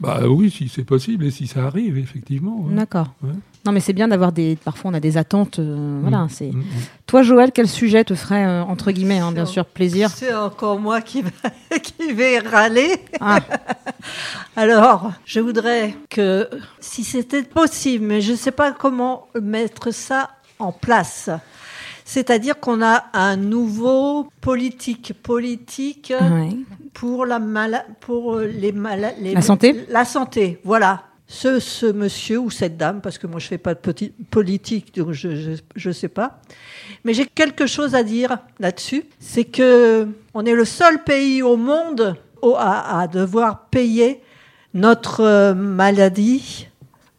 Speaker 4: Bah oui, si c'est possible et si ça arrive, effectivement. hein.
Speaker 2: D'accord.
Speaker 4: Ouais.
Speaker 2: Non, mais c'est bien d'avoir des. Parfois, on a des attentes. euh, Voilà. C'est.
Speaker 4: Mm, mm.
Speaker 2: Toi, Joël, quel sujet te ferait euh, entre guillemets, hein, bien
Speaker 3: Sur-
Speaker 2: sûr, plaisir
Speaker 3: C'est encore moi qui, va- qui vais râler.
Speaker 2: Ah.
Speaker 3: Alors, je voudrais que, si c'était possible, mais je ne sais pas comment mettre ça en place. C'est-à-dire qu'on a un nouveau politique, politique
Speaker 2: Ouais.
Speaker 3: pour la mala- pour euh, les mala- les-
Speaker 2: La santé
Speaker 3: La santé, voilà. Ce, ce monsieur ou cette dame, parce que moi je fais pas de petit- politique, donc je je, je sais pas. Mais j'ai quelque chose à dire là-dessus. C'est que on est le seul pays au monde au- à, à devoir payer notre euh, maladie.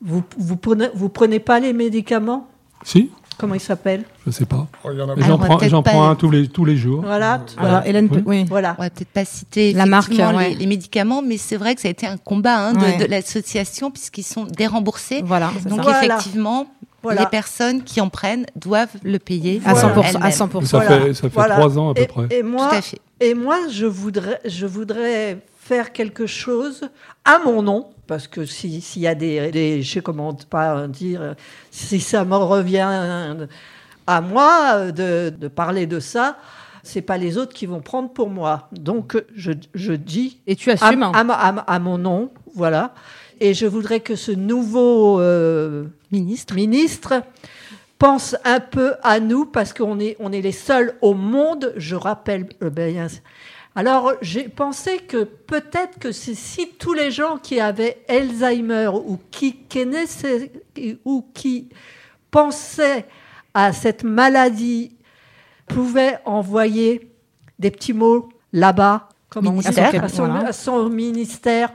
Speaker 3: Vous, vous, prenez, vous prenez pas les médicaments
Speaker 4: Si,
Speaker 3: Comment ils s'appellent
Speaker 4: je sais pas.
Speaker 5: Oh, il y en a
Speaker 4: Mais
Speaker 5: pas.
Speaker 4: J'en
Speaker 6: on va
Speaker 4: prends,
Speaker 6: peut-être
Speaker 4: j'en
Speaker 6: pas-
Speaker 4: prends un tous les, tous les
Speaker 6: Oh.
Speaker 4: jours.
Speaker 3: Voilà.
Speaker 2: Alors, Hélène, peut- oui.
Speaker 3: voilà.
Speaker 6: On va peut-être pas citer
Speaker 2: La marque,
Speaker 6: effectivement,
Speaker 2: ouais.
Speaker 6: les, les médicaments, mais c'est vrai que ça a été un combat hein, de,
Speaker 2: Ouais.
Speaker 6: de l'association puisqu'ils sont déremboursés.
Speaker 2: Voilà. c'est
Speaker 6: Donc
Speaker 2: ça.
Speaker 3: Voilà.
Speaker 6: effectivement,
Speaker 3: Voilà.
Speaker 6: les personnes qui en prennent doivent le payer
Speaker 2: à 100%. À
Speaker 6: elles-mêmes.
Speaker 2: 100%.
Speaker 4: Ça
Speaker 3: Voilà.
Speaker 4: fait, ça fait
Speaker 3: Voilà.
Speaker 4: trois ans à peu
Speaker 3: et,
Speaker 4: près.
Speaker 3: et moi,
Speaker 6: Tout à fait.
Speaker 3: Et moi, je voudrais, je voudrais faire quelque chose à mon nom, parce que si- s'il y a des, des- je ne comment pas dire, si ça me revient à moi euh, de, de parler de ça, c'est pas les autres qui vont prendre pour moi. Donc, je, je dis
Speaker 2: Et tu
Speaker 3: à,
Speaker 2: assumes. hein.
Speaker 3: à ma- à ma- à mon nom, voilà. Et je voudrais que ce nouveau euh,
Speaker 6: Ministre.
Speaker 3: ministre pense un peu à nous parce qu'on est, on est les seuls au monde, je rappelle euh, bien. Alors j'ai pensé que peut-être que c'est si tous les gens qui avaient Alzheimer ou qui connaissaient ou qui pensaient à cette maladie pouvaient envoyer des petits mots là-bas, comment on dit,
Speaker 2: Ministère,
Speaker 3: à son-
Speaker 2: voilà.
Speaker 3: à son ministère,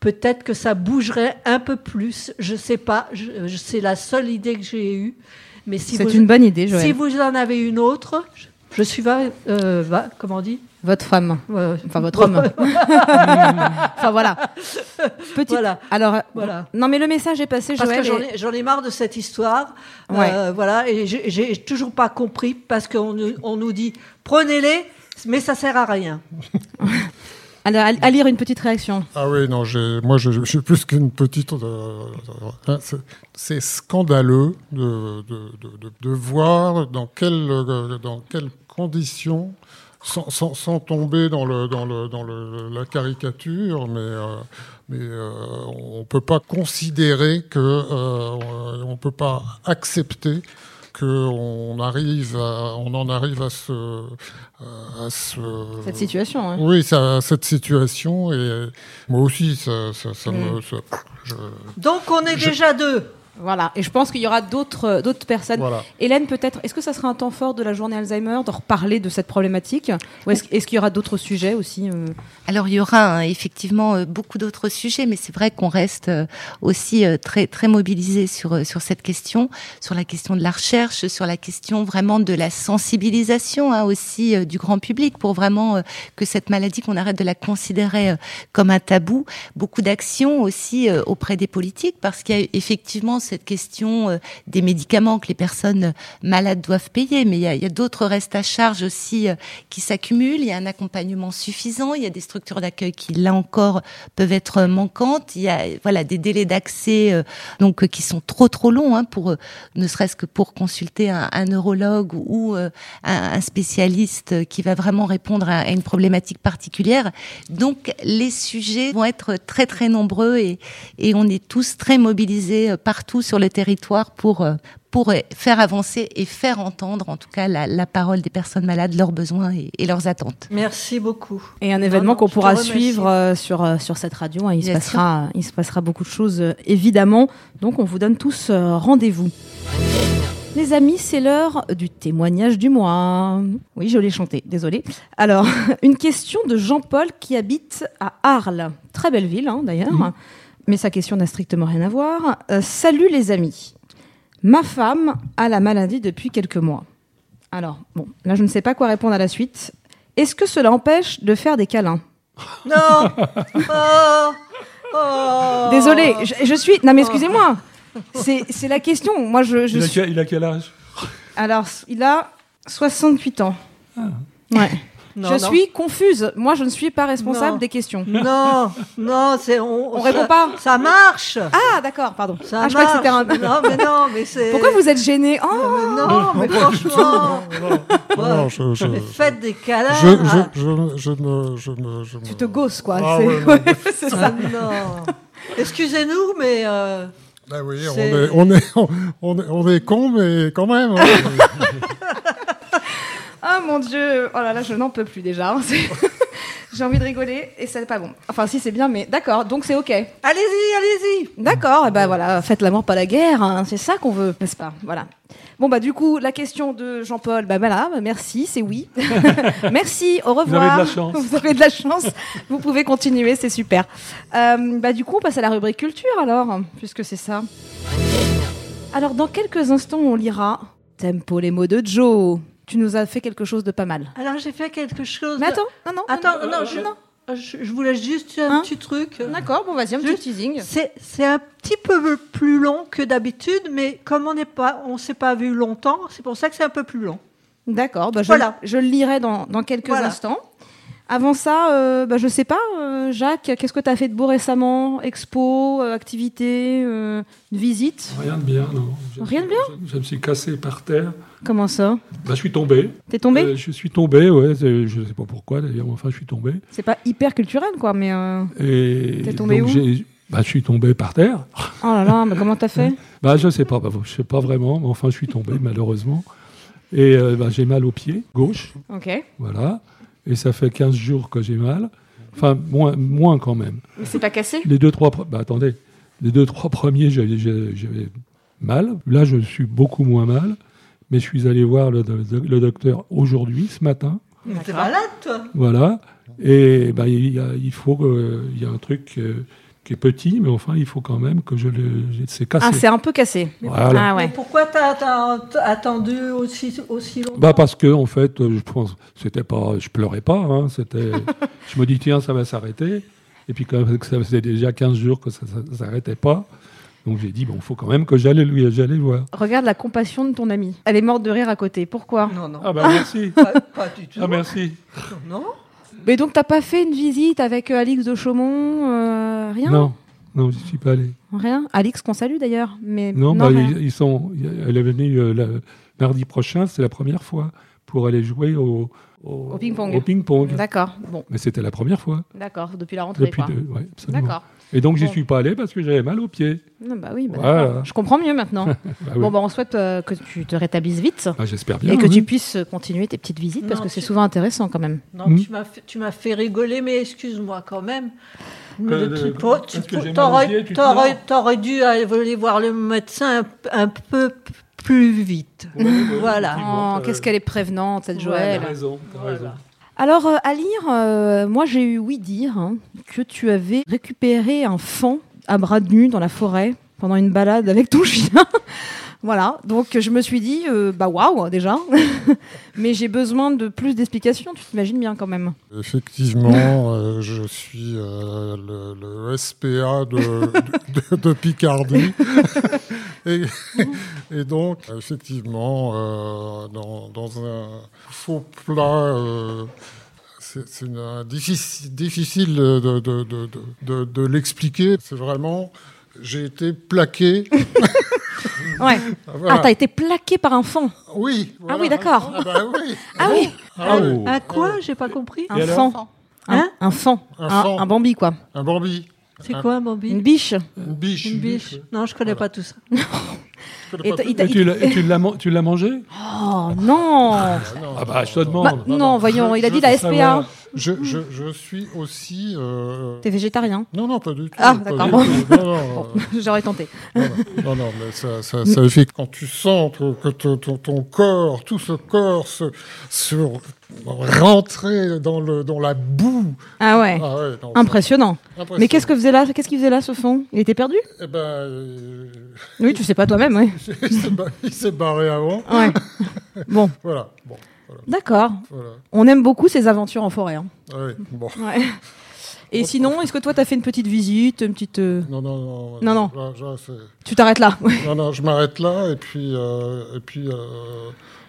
Speaker 3: peut-être que ça bougerait un peu plus. Je sais pas. je- je- c'est la seule idée que j'ai eue. Mais si
Speaker 2: c'est
Speaker 3: vous,
Speaker 2: une bonne idée, Joël.
Speaker 3: si vous en avez une autre, je, je suis va, euh, va- comment on dit
Speaker 2: Votre femme.
Speaker 3: Euh,
Speaker 2: Enfin, votre homme. enfin, voilà. Petite...
Speaker 3: Voilà.
Speaker 2: Alors, euh,
Speaker 3: Voilà.
Speaker 2: non, mais le message est passé,
Speaker 3: Parce
Speaker 2: Joël.
Speaker 3: que j'en
Speaker 2: et-
Speaker 3: ai, j'en ai marre de cette histoire.
Speaker 2: Ouais.
Speaker 3: Euh, voilà, et j'ai- j'ai toujours pas compris parce qu'on nous- on nous dit prenez-les, mais ça sert à rien.
Speaker 2: Alors, à- à lire une petite réaction.
Speaker 5: Ah oui, non, j'ai- moi je, je suis plus qu'une petite. euh, hein, c'est- c'est scandaleux de, de, de- de- de voir dans quelles euh, dans quelles conditions, sans, sans, sans tomber dans le dans le dans le- la caricature, mais euh, mais euh, on peut pas considérer que euh, on peut pas accepter qu'on arrive à- on en arrive à ce à ce
Speaker 2: Cette situation. hein.
Speaker 5: oui, ça, cette situation, et euh, moi aussi, ça, ça, ça
Speaker 2: Mm.
Speaker 5: me. ça- je-
Speaker 3: Donc on est
Speaker 5: Je-
Speaker 3: déjà deux.
Speaker 2: Voilà. Et je pense qu'il y aura d'autres euh, d'autres personnes.
Speaker 5: voilà.
Speaker 2: Hélène, peut-être, est-ce que ça sera un temps fort de la journée Alzheimer de reparler de cette problématique Ou est-ce est-ce qu'il y aura d'autres sujets aussi euh
Speaker 6: Alors il y aura hein, effectivement euh, beaucoup d'autres sujets, mais c'est vrai qu'on reste euh, aussi euh, très très mobilisé sur euh, sur cette question, sur la question de la recherche, sur la question vraiment de la sensibilisation hein, aussi euh, du grand public pour vraiment euh, que cette maladie qu'on arrête de la considérer euh, comme un tabou. Beaucoup d'actions aussi euh, auprès des politiques parce qu'il y a effectivement cette question euh, des médicaments que les personnes euh, malades doivent payer, mais il y a, il y a d'autres restes à charge aussi euh, qui s'accumulent. Il y a un accompagnement suffisant. Il y a des structures d'accueil qui, là encore, peuvent être euh, manquantes. Il y a euh, voilà des délais d'accès euh, donc euh, qui sont trop trop longs hein, pour euh, ne serait-ce que pour consulter un, un neurologue ou euh, un, un spécialiste euh, qui va vraiment répondre à, à une problématique particulière. Donc les sujets vont être très très nombreux et, et on est tous très mobilisés euh, partout sur le territoire pour euh, pour euh, faire avancer et faire entendre en tout cas la, la parole des personnes malades, leurs besoins et, et leurs attentes.
Speaker 3: Merci beaucoup.
Speaker 2: Et un
Speaker 3: Non,
Speaker 2: événement
Speaker 3: non,
Speaker 2: qu'on
Speaker 3: je te
Speaker 2: pourra
Speaker 3: remercie.
Speaker 2: suivre euh, sur, euh, sur cette radio. hein. Il, se
Speaker 6: Bien
Speaker 2: passera, il se passera beaucoup de choses, euh, évidemment. Donc, on vous donne tous euh, rendez-vous. Les amis, c'est l'heure du témoignage du mois. Oui, je l'ai chanté, désolé. Alors, une question de Jean-Paul qui habite à Arles. Très belle ville, hein, d'ailleurs. Mais sa question n'a strictement rien à voir. Euh, salut les amis. Ma femme a la maladie depuis quelques mois. Alors, bon, là, je ne sais pas quoi répondre à la suite. Est-ce que cela empêche de faire des câlins
Speaker 3: Non. Oh. Oh.
Speaker 2: Désolée, je, je suis. Non, mais excusez-moi. C'est c'est la question. Moi, je, je
Speaker 4: Il, a,
Speaker 2: suis.
Speaker 4: quel- il a quel âge
Speaker 5: Ah.
Speaker 2: Alors, il a 68 ans. Ouais.
Speaker 3: Non,
Speaker 2: je
Speaker 3: non.
Speaker 2: suis confuse. Moi, je ne suis pas responsable
Speaker 3: Non.
Speaker 2: des questions.
Speaker 3: Non, non, c'est on,
Speaker 2: On
Speaker 3: ça-
Speaker 2: répond pas.
Speaker 3: Ça marche.
Speaker 2: Ah, d'accord, pardon.
Speaker 3: Ça
Speaker 2: Ah, je crois que c'était un.
Speaker 3: marche. Non, mais non, mais c'est.
Speaker 2: Pourquoi vous êtes gêné
Speaker 5: Ah,
Speaker 2: Oh,
Speaker 3: Mais Non, mais franchement,
Speaker 5: Non, non, je, je,
Speaker 3: mais faites des câlins.
Speaker 5: je, je, je, je me, je me, je me-
Speaker 2: Ah. tu te gausses, quoi.
Speaker 5: Ah,
Speaker 2: C'est-
Speaker 5: ouais, non,
Speaker 2: ouais, c'est
Speaker 3: Ah,
Speaker 2: ça.
Speaker 3: non. Excusez-nous, mais euh,
Speaker 5: Bah oui, on
Speaker 3: C'est-
Speaker 5: est, on est, on, on est, on est con, mais quand même. hein.
Speaker 2: Ah mon dieu, oh là là, je n'en peux plus déjà. C'est- J'ai envie de rigoler et c'est pas bon. Enfin, si c'est bien, mais d'accord, donc c'est ok.
Speaker 3: allez-y, allez-y.
Speaker 2: D'accord, et ben voilà, faites l'amour pas la guerre, hein, c'est ça qu'on veut, n'est-ce pas Voilà. Bon bah du coup, la question de Jean-Paul, bah voilà, bah, merci, c'est oui. merci, au
Speaker 4: Vous avez de
Speaker 2: revoir.
Speaker 4: la chance.
Speaker 2: Vous avez de la chance. Vous pouvez continuer, c'est super. Euh, bah du coup, on passe à la rubrique culture alors, puisque c'est ça. Alors dans quelques instants, on lira Tempo les mots de Joe. Tu nous as fait quelque chose de pas mal.
Speaker 3: Alors j'ai fait quelque chose.
Speaker 2: Mais
Speaker 3: de-
Speaker 2: attends, non non.
Speaker 3: Attends, non, je, je, je voulais juste un
Speaker 2: Hein
Speaker 3: petit truc.
Speaker 2: D'accord, bon vas-y, un petit teasing.
Speaker 3: C'est c'est un petit peu plus long que d'habitude, mais comme on n'est pas, on s'est pas vu longtemps, c'est pour ça que c'est un peu plus long.
Speaker 2: D'accord, bah je,
Speaker 3: Voilà.
Speaker 2: je le lirai dans, dans quelques
Speaker 3: Voilà.
Speaker 2: instants. Avant ça, euh, bah, je sais pas, euh, Jacques, qu'est-ce que tu as fait de beau récemment Expo, euh, activité, euh, une visite
Speaker 4: Rien de bien, non. Je-
Speaker 2: Rien de bien
Speaker 4: je, je me suis cassé par terre.
Speaker 2: Comment ça
Speaker 4: Bah, je suis tombé.
Speaker 2: T'es tombé
Speaker 4: Euh, je suis tombé, ouais. c'est- Je ne sais pas pourquoi d'ailleurs, mais enfin, je suis tombé.
Speaker 2: C'est pas hyper culturel, quoi, mais... euh,
Speaker 4: Et
Speaker 2: T'es tombé
Speaker 4: donc,
Speaker 2: où
Speaker 4: j'ai- bah, Je suis tombé par terre.
Speaker 2: Oh là là, mais comment t'as fait
Speaker 4: Bah, je ne sais pas, bah, je sais pas vraiment, mais enfin, je suis tombé malheureusement. Et euh, bah, j'ai mal au pied gauche,
Speaker 2: Ok.
Speaker 4: voilà. Et ça fait 15 jours que j'ai mal. Enfin, moins, moins quand même.
Speaker 2: Mais c'est pas cassé
Speaker 4: Les deux, trois, pre- bah, attendez, les deux, trois premiers, j'avais- j'avais j'avais mal. Là, je suis beaucoup moins mal. Mais je suis allé voir le, do- do- le docteur aujourd'hui, ce matin.
Speaker 3: Mais T'es malade, toi
Speaker 4: Voilà. Et bah, il, y a- il faut, euh, il y a un truc euh, qui est petit, mais enfin, il faut quand même que je le. C'est cassé.
Speaker 2: Ah, c'est un peu cassé.
Speaker 4: Voilà.
Speaker 2: Ah
Speaker 3: Mais
Speaker 2: ouais.
Speaker 3: Pourquoi t'as t'as- t'as attendu aussi, aussi longtemps
Speaker 4: Bah parce que en fait, euh, je pense, c'était pas, je pleurais pas, hein, c'était, je me dis tiens, ça va s'arrêter. Et puis comme ça faisait déjà 15 jours que ça, ne s'arrêtait pas, donc j'ai dit bon, faut quand même que j'allais lui, j'allais voir.
Speaker 2: Regarde la compassion de ton amie. Elle est morte de rire à côté. Pourquoi
Speaker 3: Non, non,
Speaker 4: Ah bah merci,
Speaker 3: pas, pas du tout.
Speaker 4: ah merci.
Speaker 3: Non,
Speaker 2: Mais donc t'as pas fait une visite avec euh, Alix de Chaumont euh, Rien
Speaker 4: Non, non, j'y suis pas allé.
Speaker 2: Rien Alix qu'on salue d'ailleurs. Mais
Speaker 4: Non, bah,
Speaker 2: rien.
Speaker 4: ils, ils sont, elle est venue euh, la- mardi prochain, c'est la première fois pour aller jouer au au,
Speaker 2: Au ping-pong.
Speaker 4: au ping-pong.
Speaker 2: D'accord, bon,
Speaker 4: Mais c'était la première fois
Speaker 2: d'accord, depuis la rentrée.
Speaker 4: depuis.
Speaker 2: quoi.
Speaker 4: deux- ouais, absolument.
Speaker 2: D'accord.
Speaker 4: Et donc j'y
Speaker 2: Bon.
Speaker 4: suis pas allé parce que j'avais mal aux pieds.
Speaker 2: Non, Bah oui, bah
Speaker 4: Voilà.
Speaker 2: d'accord. je comprends mieux maintenant.
Speaker 4: Bah oui.
Speaker 2: Bon, bah on souhaite euh, que tu te rétablisses vite
Speaker 4: Ah, j'espère bien.
Speaker 2: et que
Speaker 4: oui.
Speaker 2: tu puisses euh, continuer tes petites visites parce
Speaker 3: Non,
Speaker 2: que c'est
Speaker 3: tu-
Speaker 2: souvent intéressant quand même.
Speaker 3: non
Speaker 4: Hmm.
Speaker 3: tu m'as fait- tu m'as fait rigoler, mais excuse-moi quand même. Mais
Speaker 4: Euh,
Speaker 3: le
Speaker 4: le-
Speaker 3: petit pot,
Speaker 4: parce
Speaker 3: tu
Speaker 4: que j'ai mal aux pieds,
Speaker 3: t'aurais-
Speaker 4: tu te
Speaker 3: t'aurais
Speaker 4: marres.
Speaker 3: t'aurais dû aller voir le médecin un, p- un peu p- plus vite. Voilà.
Speaker 4: euh,
Speaker 2: Oh, qu'est-ce qu'elle est prévenante, cette
Speaker 3: Voilà.
Speaker 2: Joël.
Speaker 4: T'as raison, t'as
Speaker 3: Voilà.
Speaker 4: raison.
Speaker 2: bah Alors, euh, à lire, euh, moi j'ai eu oui dire hein, que tu avais récupéré un fan à bras nus dans la forêt pendant une balade avec ton chien. voilà, donc je me suis dit, euh, bah waouh déjà, mais j'ai besoin de plus d'explications, tu t'imagines bien quand même.
Speaker 5: Effectivement, euh, je suis euh, le, le SPA de, de- de Picardie. et, et donc, effectivement, euh, dans, dans un faux plat, euh, c'est c'est une- un difficile, difficile de, de- de- de- de- de l'expliquer. C'est vraiment, j'ai été plaqué.
Speaker 2: Ouais.
Speaker 5: Voilà.
Speaker 2: Ah, t'as été plaqué par un fan.
Speaker 5: oui. voilà.
Speaker 2: oui, d'accord.
Speaker 5: Ah, bah oui.
Speaker 2: Ah oui,
Speaker 5: Ah
Speaker 4: Oh.
Speaker 5: oui.
Speaker 3: À quoi J'ai pas compris.
Speaker 2: un fan. Un,
Speaker 3: Hein
Speaker 2: un fan.
Speaker 5: Un
Speaker 2: Un,
Speaker 5: fan.
Speaker 2: un bambi, quoi.
Speaker 5: Un Bambi.
Speaker 3: C'est
Speaker 5: un-
Speaker 3: quoi un
Speaker 2: Une
Speaker 3: bambine
Speaker 2: biche.
Speaker 5: Une biche.
Speaker 3: Une biche Non, je connais pas tout ça.
Speaker 5: Je connais
Speaker 2: Et
Speaker 5: pas
Speaker 2: t'as-
Speaker 5: tout.
Speaker 2: il t'a-
Speaker 4: Et tu l'as- et tu l'as man- tu l'as mangé
Speaker 2: Oh non
Speaker 5: Ah, non,
Speaker 4: Ah bah, je te
Speaker 5: non, non.
Speaker 2: Bah,
Speaker 4: demande.
Speaker 2: Non, voyons,
Speaker 5: Je-
Speaker 2: il a
Speaker 5: je
Speaker 2: dit
Speaker 5: veux
Speaker 2: la
Speaker 4: savoir.
Speaker 2: SPA.
Speaker 5: Je, je, je suis aussi. euh,
Speaker 2: T'es végétarien
Speaker 5: Non, non, pas du tout.
Speaker 2: Ah,
Speaker 5: pas
Speaker 2: d'accord.
Speaker 5: du tout. Non, non, euh,
Speaker 2: J'aurais tenté.
Speaker 5: voilà. non, non, mais ça, ça, ça fait que quand tu sens que, que ton, ton- ton corps, tout ce corps se, se rentrer dans, le, dans la boue.
Speaker 2: Ah ouais.
Speaker 5: Ah ouais, non,
Speaker 2: Impressionnant.
Speaker 5: c'est impressionnant.
Speaker 2: Mais qu'est-ce que faisait là Qu'est-ce qu'il faisait là, ce fond Il était perdu
Speaker 5: Eh ben, euh,
Speaker 2: Oui, tu sais pas toi-même, oui.
Speaker 5: il s'est ba- il s'est barré avant.
Speaker 2: Ouais. Bon,
Speaker 5: Voilà. Bon, voilà.
Speaker 2: d'accord.
Speaker 5: voilà.
Speaker 2: On aime beaucoup ces aventures en forêt. hein.
Speaker 5: Ah ouais, bon.
Speaker 2: Et sinon, est-ce que toi, t'as fait une petite visite, une petite... euh,
Speaker 5: Non, non, non.
Speaker 2: Non, non.
Speaker 5: là, là, c'est-
Speaker 2: Tu t'arrêtes là ouais.
Speaker 5: Non, non, je m'arrête là et puis, euh, et puis euh,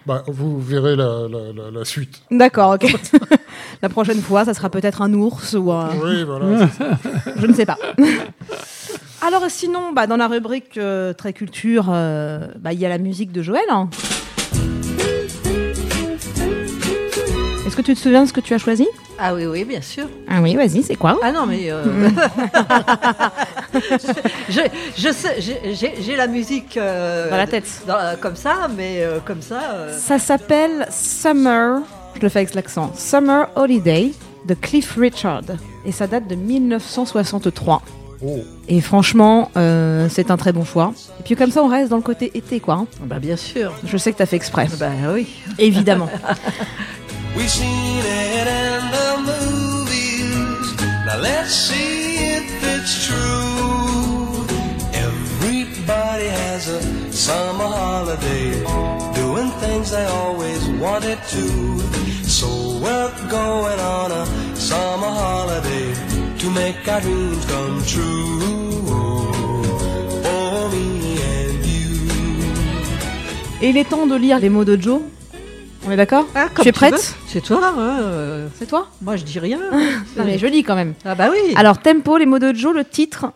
Speaker 5: bah, vous verrez la, la, la, la suite.
Speaker 2: D'accord, ok. La prochaine fois, ça sera peut-être un ours ou un...
Speaker 5: Oui, voilà.
Speaker 2: Je ne sais pas. Alors sinon, bah, dans la rubrique euh, très culture, euh, bah, il y a la musique de Joël. hein. Est-ce que tu te souviens de ce que tu as choisi
Speaker 3: Ah oui, oui, bien sûr.
Speaker 2: Ah oui, vas-y, c'est quoi
Speaker 3: Ah non, mais. euh, je, je sais, j'ai- j'ai j'ai la musique. euh,
Speaker 2: Dans la tête.
Speaker 3: dans- euh, comme ça, mais euh, comme ça. euh,
Speaker 2: Ça s'appelle Summer, je le fais avec l'accent, Summer Holiday de Cliff Richard. Et ça date de 1963.
Speaker 5: Oh.
Speaker 2: Et franchement, euh, c'est un très bon choix. Et puis comme ça, on reste dans le côté été, quoi. hein.
Speaker 3: bah, bien sûr.
Speaker 2: Je sais que t'as fait exprès,
Speaker 3: Bah oui.
Speaker 2: évidemment.
Speaker 7: We seen it in the movies. Now let's see if it's true. Everybody has a summer holiday, doing things they always wanted to. So we're going on a summer holiday to make our dreams come true. For me and you.
Speaker 2: Et il est temps de lire les mots de Joe. On est d'accord
Speaker 3: Ah,
Speaker 2: Tu
Speaker 3: comme
Speaker 2: es prête
Speaker 3: veux. C'est toi. hein, euh,
Speaker 2: C'est toi
Speaker 3: moi, je dis rien.
Speaker 2: Non mais je lis quand même.
Speaker 3: Ah bah oui.
Speaker 2: Alors, tempo, les mots de Joe, le titre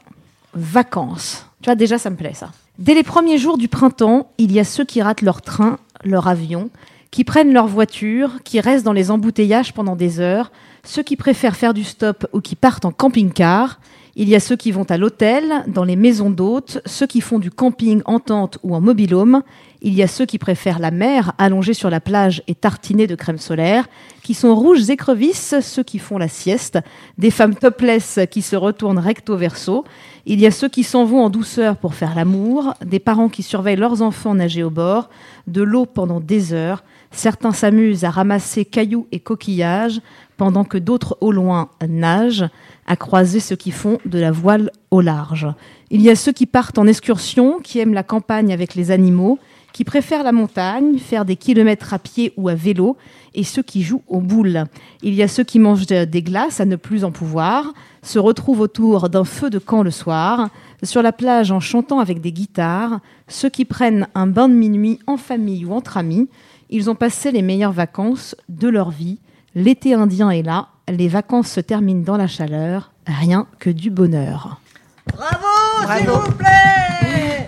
Speaker 2: Vacances. Tu vois, déjà, ça me plaît, ça. Dès les premiers jours du printemps, il y a ceux qui ratent leur train, leur avion, qui prennent leur voiture, qui restent dans les embouteillages pendant des heures, ceux qui préfèrent faire du stop ou qui partent en camping-car. Il y a ceux qui vont à l'hôtel, dans les maisons d'hôtes, ceux qui font du camping en tente ou en mobilhome. Il y a ceux qui préfèrent la mer, allongés sur la plage et tartinés de crème solaire, qui sont rouges écrevisses, ceux qui font la sieste, des femmes topless qui se retournent recto verso. Il y a ceux qui s'en vont en douceur pour faire l'amour, des parents qui surveillent leurs enfants nager au bord, de l'eau pendant des heures. Certains s'amusent à ramasser cailloux et coquillages, pendant que d'autres au loin nagent, à croiser ceux qui font de la voile au large. Il y a ceux qui partent en excursion, qui aiment la campagne avec les animaux, qui préfèrent la montagne, faire des kilomètres à pied ou à vélo, et ceux qui jouent aux boules. Il y a ceux qui mangent de- des glaces à ne plus en pouvoir, se retrouvent autour d'un feu de camp le soir, sur la plage en chantant avec des guitares, ceux qui prennent un bain de minuit en famille ou entre amis. Ils ont passé les meilleures vacances de leur vie. L'été indien est là, les vacances se terminent dans la chaleur, rien que du bonheur.
Speaker 3: Bravo, s'il vous plaît.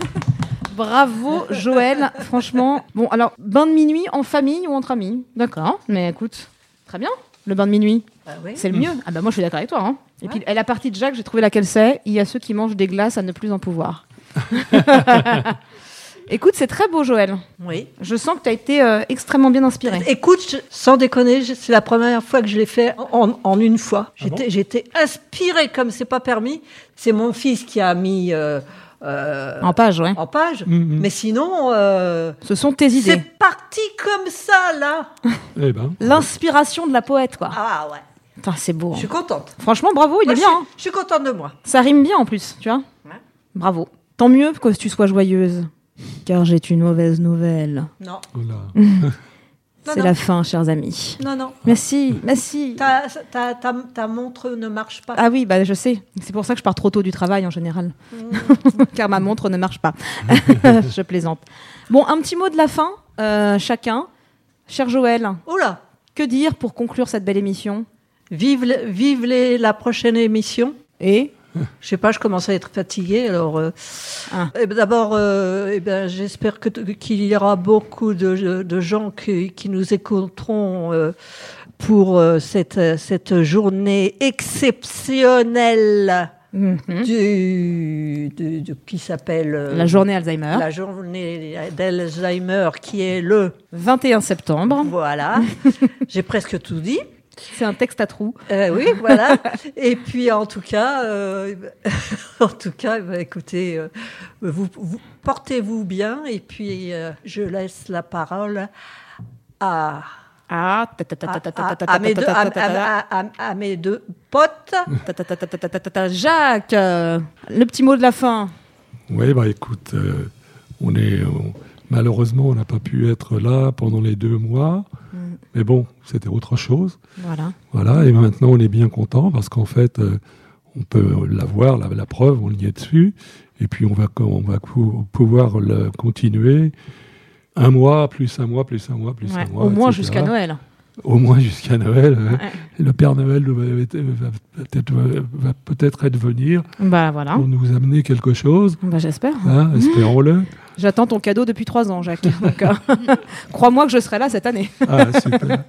Speaker 2: Bravo Joël, franchement. Bon, alors, bain de minuit en famille ou entre amis D'accord, mais écoute, très bien, le bain de minuit.
Speaker 3: Ah oui.
Speaker 2: C'est le mieux. Ah bah moi je suis d'accord avec toi. hein. Et puis la partie de Jacques, j'ai trouvé laquelle c'est. Il y a ceux qui mangent des glaces à ne plus en pouvoir. Écoute, c'est très beau Joël.
Speaker 3: Oui.
Speaker 2: Je sens que tu as été euh, extrêmement bien inspiré.
Speaker 3: Écoute, je- sans déconner, je- c'est la première fois que je l'ai fait en, en une fois.
Speaker 2: Ah
Speaker 3: J'étais, j'étais inspirée comme c'est pas permis. C'est mon fils qui a mis euh, euh,
Speaker 2: En page, ouais.
Speaker 3: en page.
Speaker 2: Mm,
Speaker 4: Mhm.
Speaker 3: Mais sinon, euh,
Speaker 2: Ce sont tes
Speaker 3: c'est
Speaker 2: idées.
Speaker 3: parti comme ça là.
Speaker 4: Eh ben.
Speaker 2: L'inspiration de la poète, quoi.
Speaker 3: Ah ouais,
Speaker 2: Putain, c'est beau. hein.
Speaker 3: je suis contente.
Speaker 2: Franchement, bravo, il
Speaker 3: Moi,
Speaker 2: est
Speaker 3: je
Speaker 2: bien.
Speaker 3: suis-
Speaker 2: hein.
Speaker 3: Je suis contente de moi.
Speaker 2: Ça rime bien en plus, tu vois.
Speaker 3: Ouais.
Speaker 2: Bravo. Tant mieux que tu sois joyeuse. Car j'ai une mauvaise nouvelle.
Speaker 3: Non,
Speaker 4: Voilà.
Speaker 3: non,
Speaker 2: C'est
Speaker 3: non.
Speaker 2: la fin, chers amis.
Speaker 3: non, non.
Speaker 2: Merci, merci.
Speaker 3: Ta, ta- ta- ta montre ne marche pas.
Speaker 2: Ah oui, bah je sais. C'est pour ça que je pars trop tôt du travail en général. Car ma montre ne marche pas. je plaisante. Bon, un petit mot de la fin, euh, chacun. Cher Joël,
Speaker 3: Oh là,
Speaker 2: que dire pour conclure cette belle émission
Speaker 3: vive, le- vive les- la prochaine émission.
Speaker 2: Et
Speaker 3: Je sais pas, je commence à être fatiguée. Alors, euh,
Speaker 2: Ah.
Speaker 3: eh ben, d'abord, euh, eh ben, j'espère que t- qu'il y aura beaucoup de, de gens qui, qui nous écouteront euh, pour euh, cette euh, cette journée exceptionnelle du, du- du- qui s'appelle euh,
Speaker 2: mm-hmm, Hein? la journée Alzheimer,
Speaker 3: la journée d'Alzheimer, qui est le
Speaker 2: 21 septembre.
Speaker 3: voilà. J'ai presque tout dit.
Speaker 2: C'est un texte à trous.
Speaker 3: Euh, oui, voilà. Et puis en tout cas, euh, en tout cas, bah, écoutez, euh, vous, vous- portez-vous bien. Et puis euh, je laisse la parole à
Speaker 2: Ah,
Speaker 3: à- à- à mes ah, deux- à- à- à- à mes deux potes.
Speaker 2: Jacques, euh, le petit mot de la fin.
Speaker 4: Oui, bah écoute, euh, on est on- malheureusement on n'a pas pu être là pendant les deux mois,
Speaker 2: Mm.
Speaker 4: mais bon, c'était autre chose.
Speaker 2: Voilà.
Speaker 4: Voilà, et maintenant on est bien content parce qu'en fait, euh, on peut l'avoir, la, la preuve, on y est dessus, et puis on va co- on va cou- pouvoir le continuer un mois, plus un mois, plus un mois, plus
Speaker 2: Ouais,
Speaker 4: un mois.
Speaker 2: Au moins
Speaker 4: etc.
Speaker 2: jusqu'à Noël.
Speaker 4: au moins jusqu'à Noël. hein. Le Père Noël va, être- va peut-être va peut-être être venir
Speaker 2: Bah voilà.
Speaker 3: Mmh.
Speaker 4: pour nous amener quelque chose,
Speaker 2: Bah, j'espère.
Speaker 4: hein, espérons-le.
Speaker 2: J'attends ton cadeau depuis trois ans, Jacques. Donc, euh, crois-moi que je serai là cette année.
Speaker 4: Ah, super.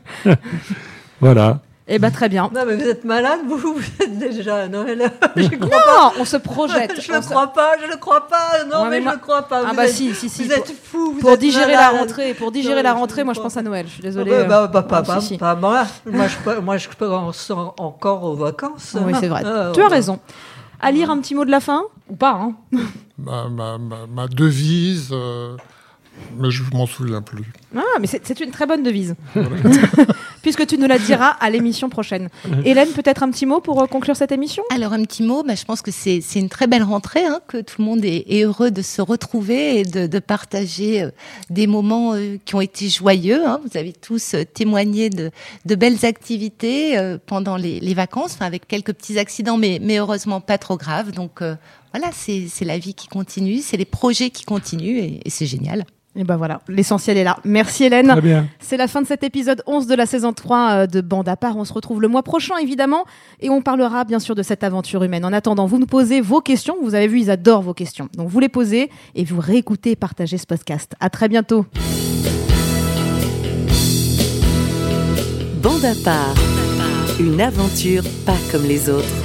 Speaker 4: voilà.
Speaker 2: Eh ben très bien.
Speaker 3: Non, mais vous êtes malade, vous, vous êtes déjà à Noël. je crois
Speaker 2: Non, on se
Speaker 3: pas,
Speaker 2: projette.
Speaker 3: je
Speaker 2: on
Speaker 3: le
Speaker 2: se-
Speaker 3: crois pas, je le crois pas.
Speaker 2: Ouais,
Speaker 3: Non,
Speaker 2: mais
Speaker 3: mais,
Speaker 2: moi-
Speaker 3: je le crois pas.
Speaker 2: Ah
Speaker 3: Vous
Speaker 2: bah
Speaker 3: êtes-
Speaker 2: si, si, si.
Speaker 3: Vous
Speaker 2: pour-
Speaker 3: êtes fou. Vous
Speaker 2: pour
Speaker 3: êtes
Speaker 2: digérer la
Speaker 3: malade.
Speaker 2: rentrée, pour digérer
Speaker 3: Non,
Speaker 2: la
Speaker 3: je
Speaker 2: rentrée, moi je
Speaker 3: comprends
Speaker 2: pense à Noël. Je suis désolée.
Speaker 3: Ouais,
Speaker 2: euh,
Speaker 3: bah, bah, bah,
Speaker 2: si,
Speaker 3: bah,
Speaker 2: si.
Speaker 3: bah, voilà. moi, je, peux- moi, je pense en- encore aux vacances.
Speaker 2: Oui, c'est vrai.
Speaker 3: Ah,
Speaker 2: tu as
Speaker 3: ouais.
Speaker 2: raison. À lire un petit mot de la fin ou pas hein
Speaker 5: Ma, ma, ma, ma devise, euh, mais je m'en souviens plus.
Speaker 2: Ah, mais c'est c'est une très bonne devise. Puisque tu nous la diras à l'émission prochaine. Hélène, peut-être un petit mot pour euh, conclure cette émission
Speaker 6: Alors un petit mot, bah, je pense que c'est c'est une très belle rentrée, hein, que tout le monde est, est heureux de se retrouver et de, de partager euh, des moments euh, qui ont été joyeux. hein. Vous avez tous euh, témoigné de, de belles activités euh, pendant les, les vacances, enfin, avec quelques petits accidents, mais, mais heureusement pas trop graves. Donc euh, voilà, c'est c'est la vie qui continue, c'est les projets qui continuent et- et c'est génial.
Speaker 2: Et ben voilà, l'essentiel est là. Merci Hélène.
Speaker 4: Très bien.
Speaker 2: C'est la fin de cet épisode 11 de la saison 3 euh, de Bande à part. On se retrouve le mois prochain, évidemment, et on parlera bien sûr de cette aventure humaine. En attendant, vous nous posez vos questions. Vous avez vu, ils adorent vos questions. Donc vous les posez et vous réécoutez et partagez ce podcast. À très bientôt.
Speaker 1: Bande à part, une aventure pas comme les autres.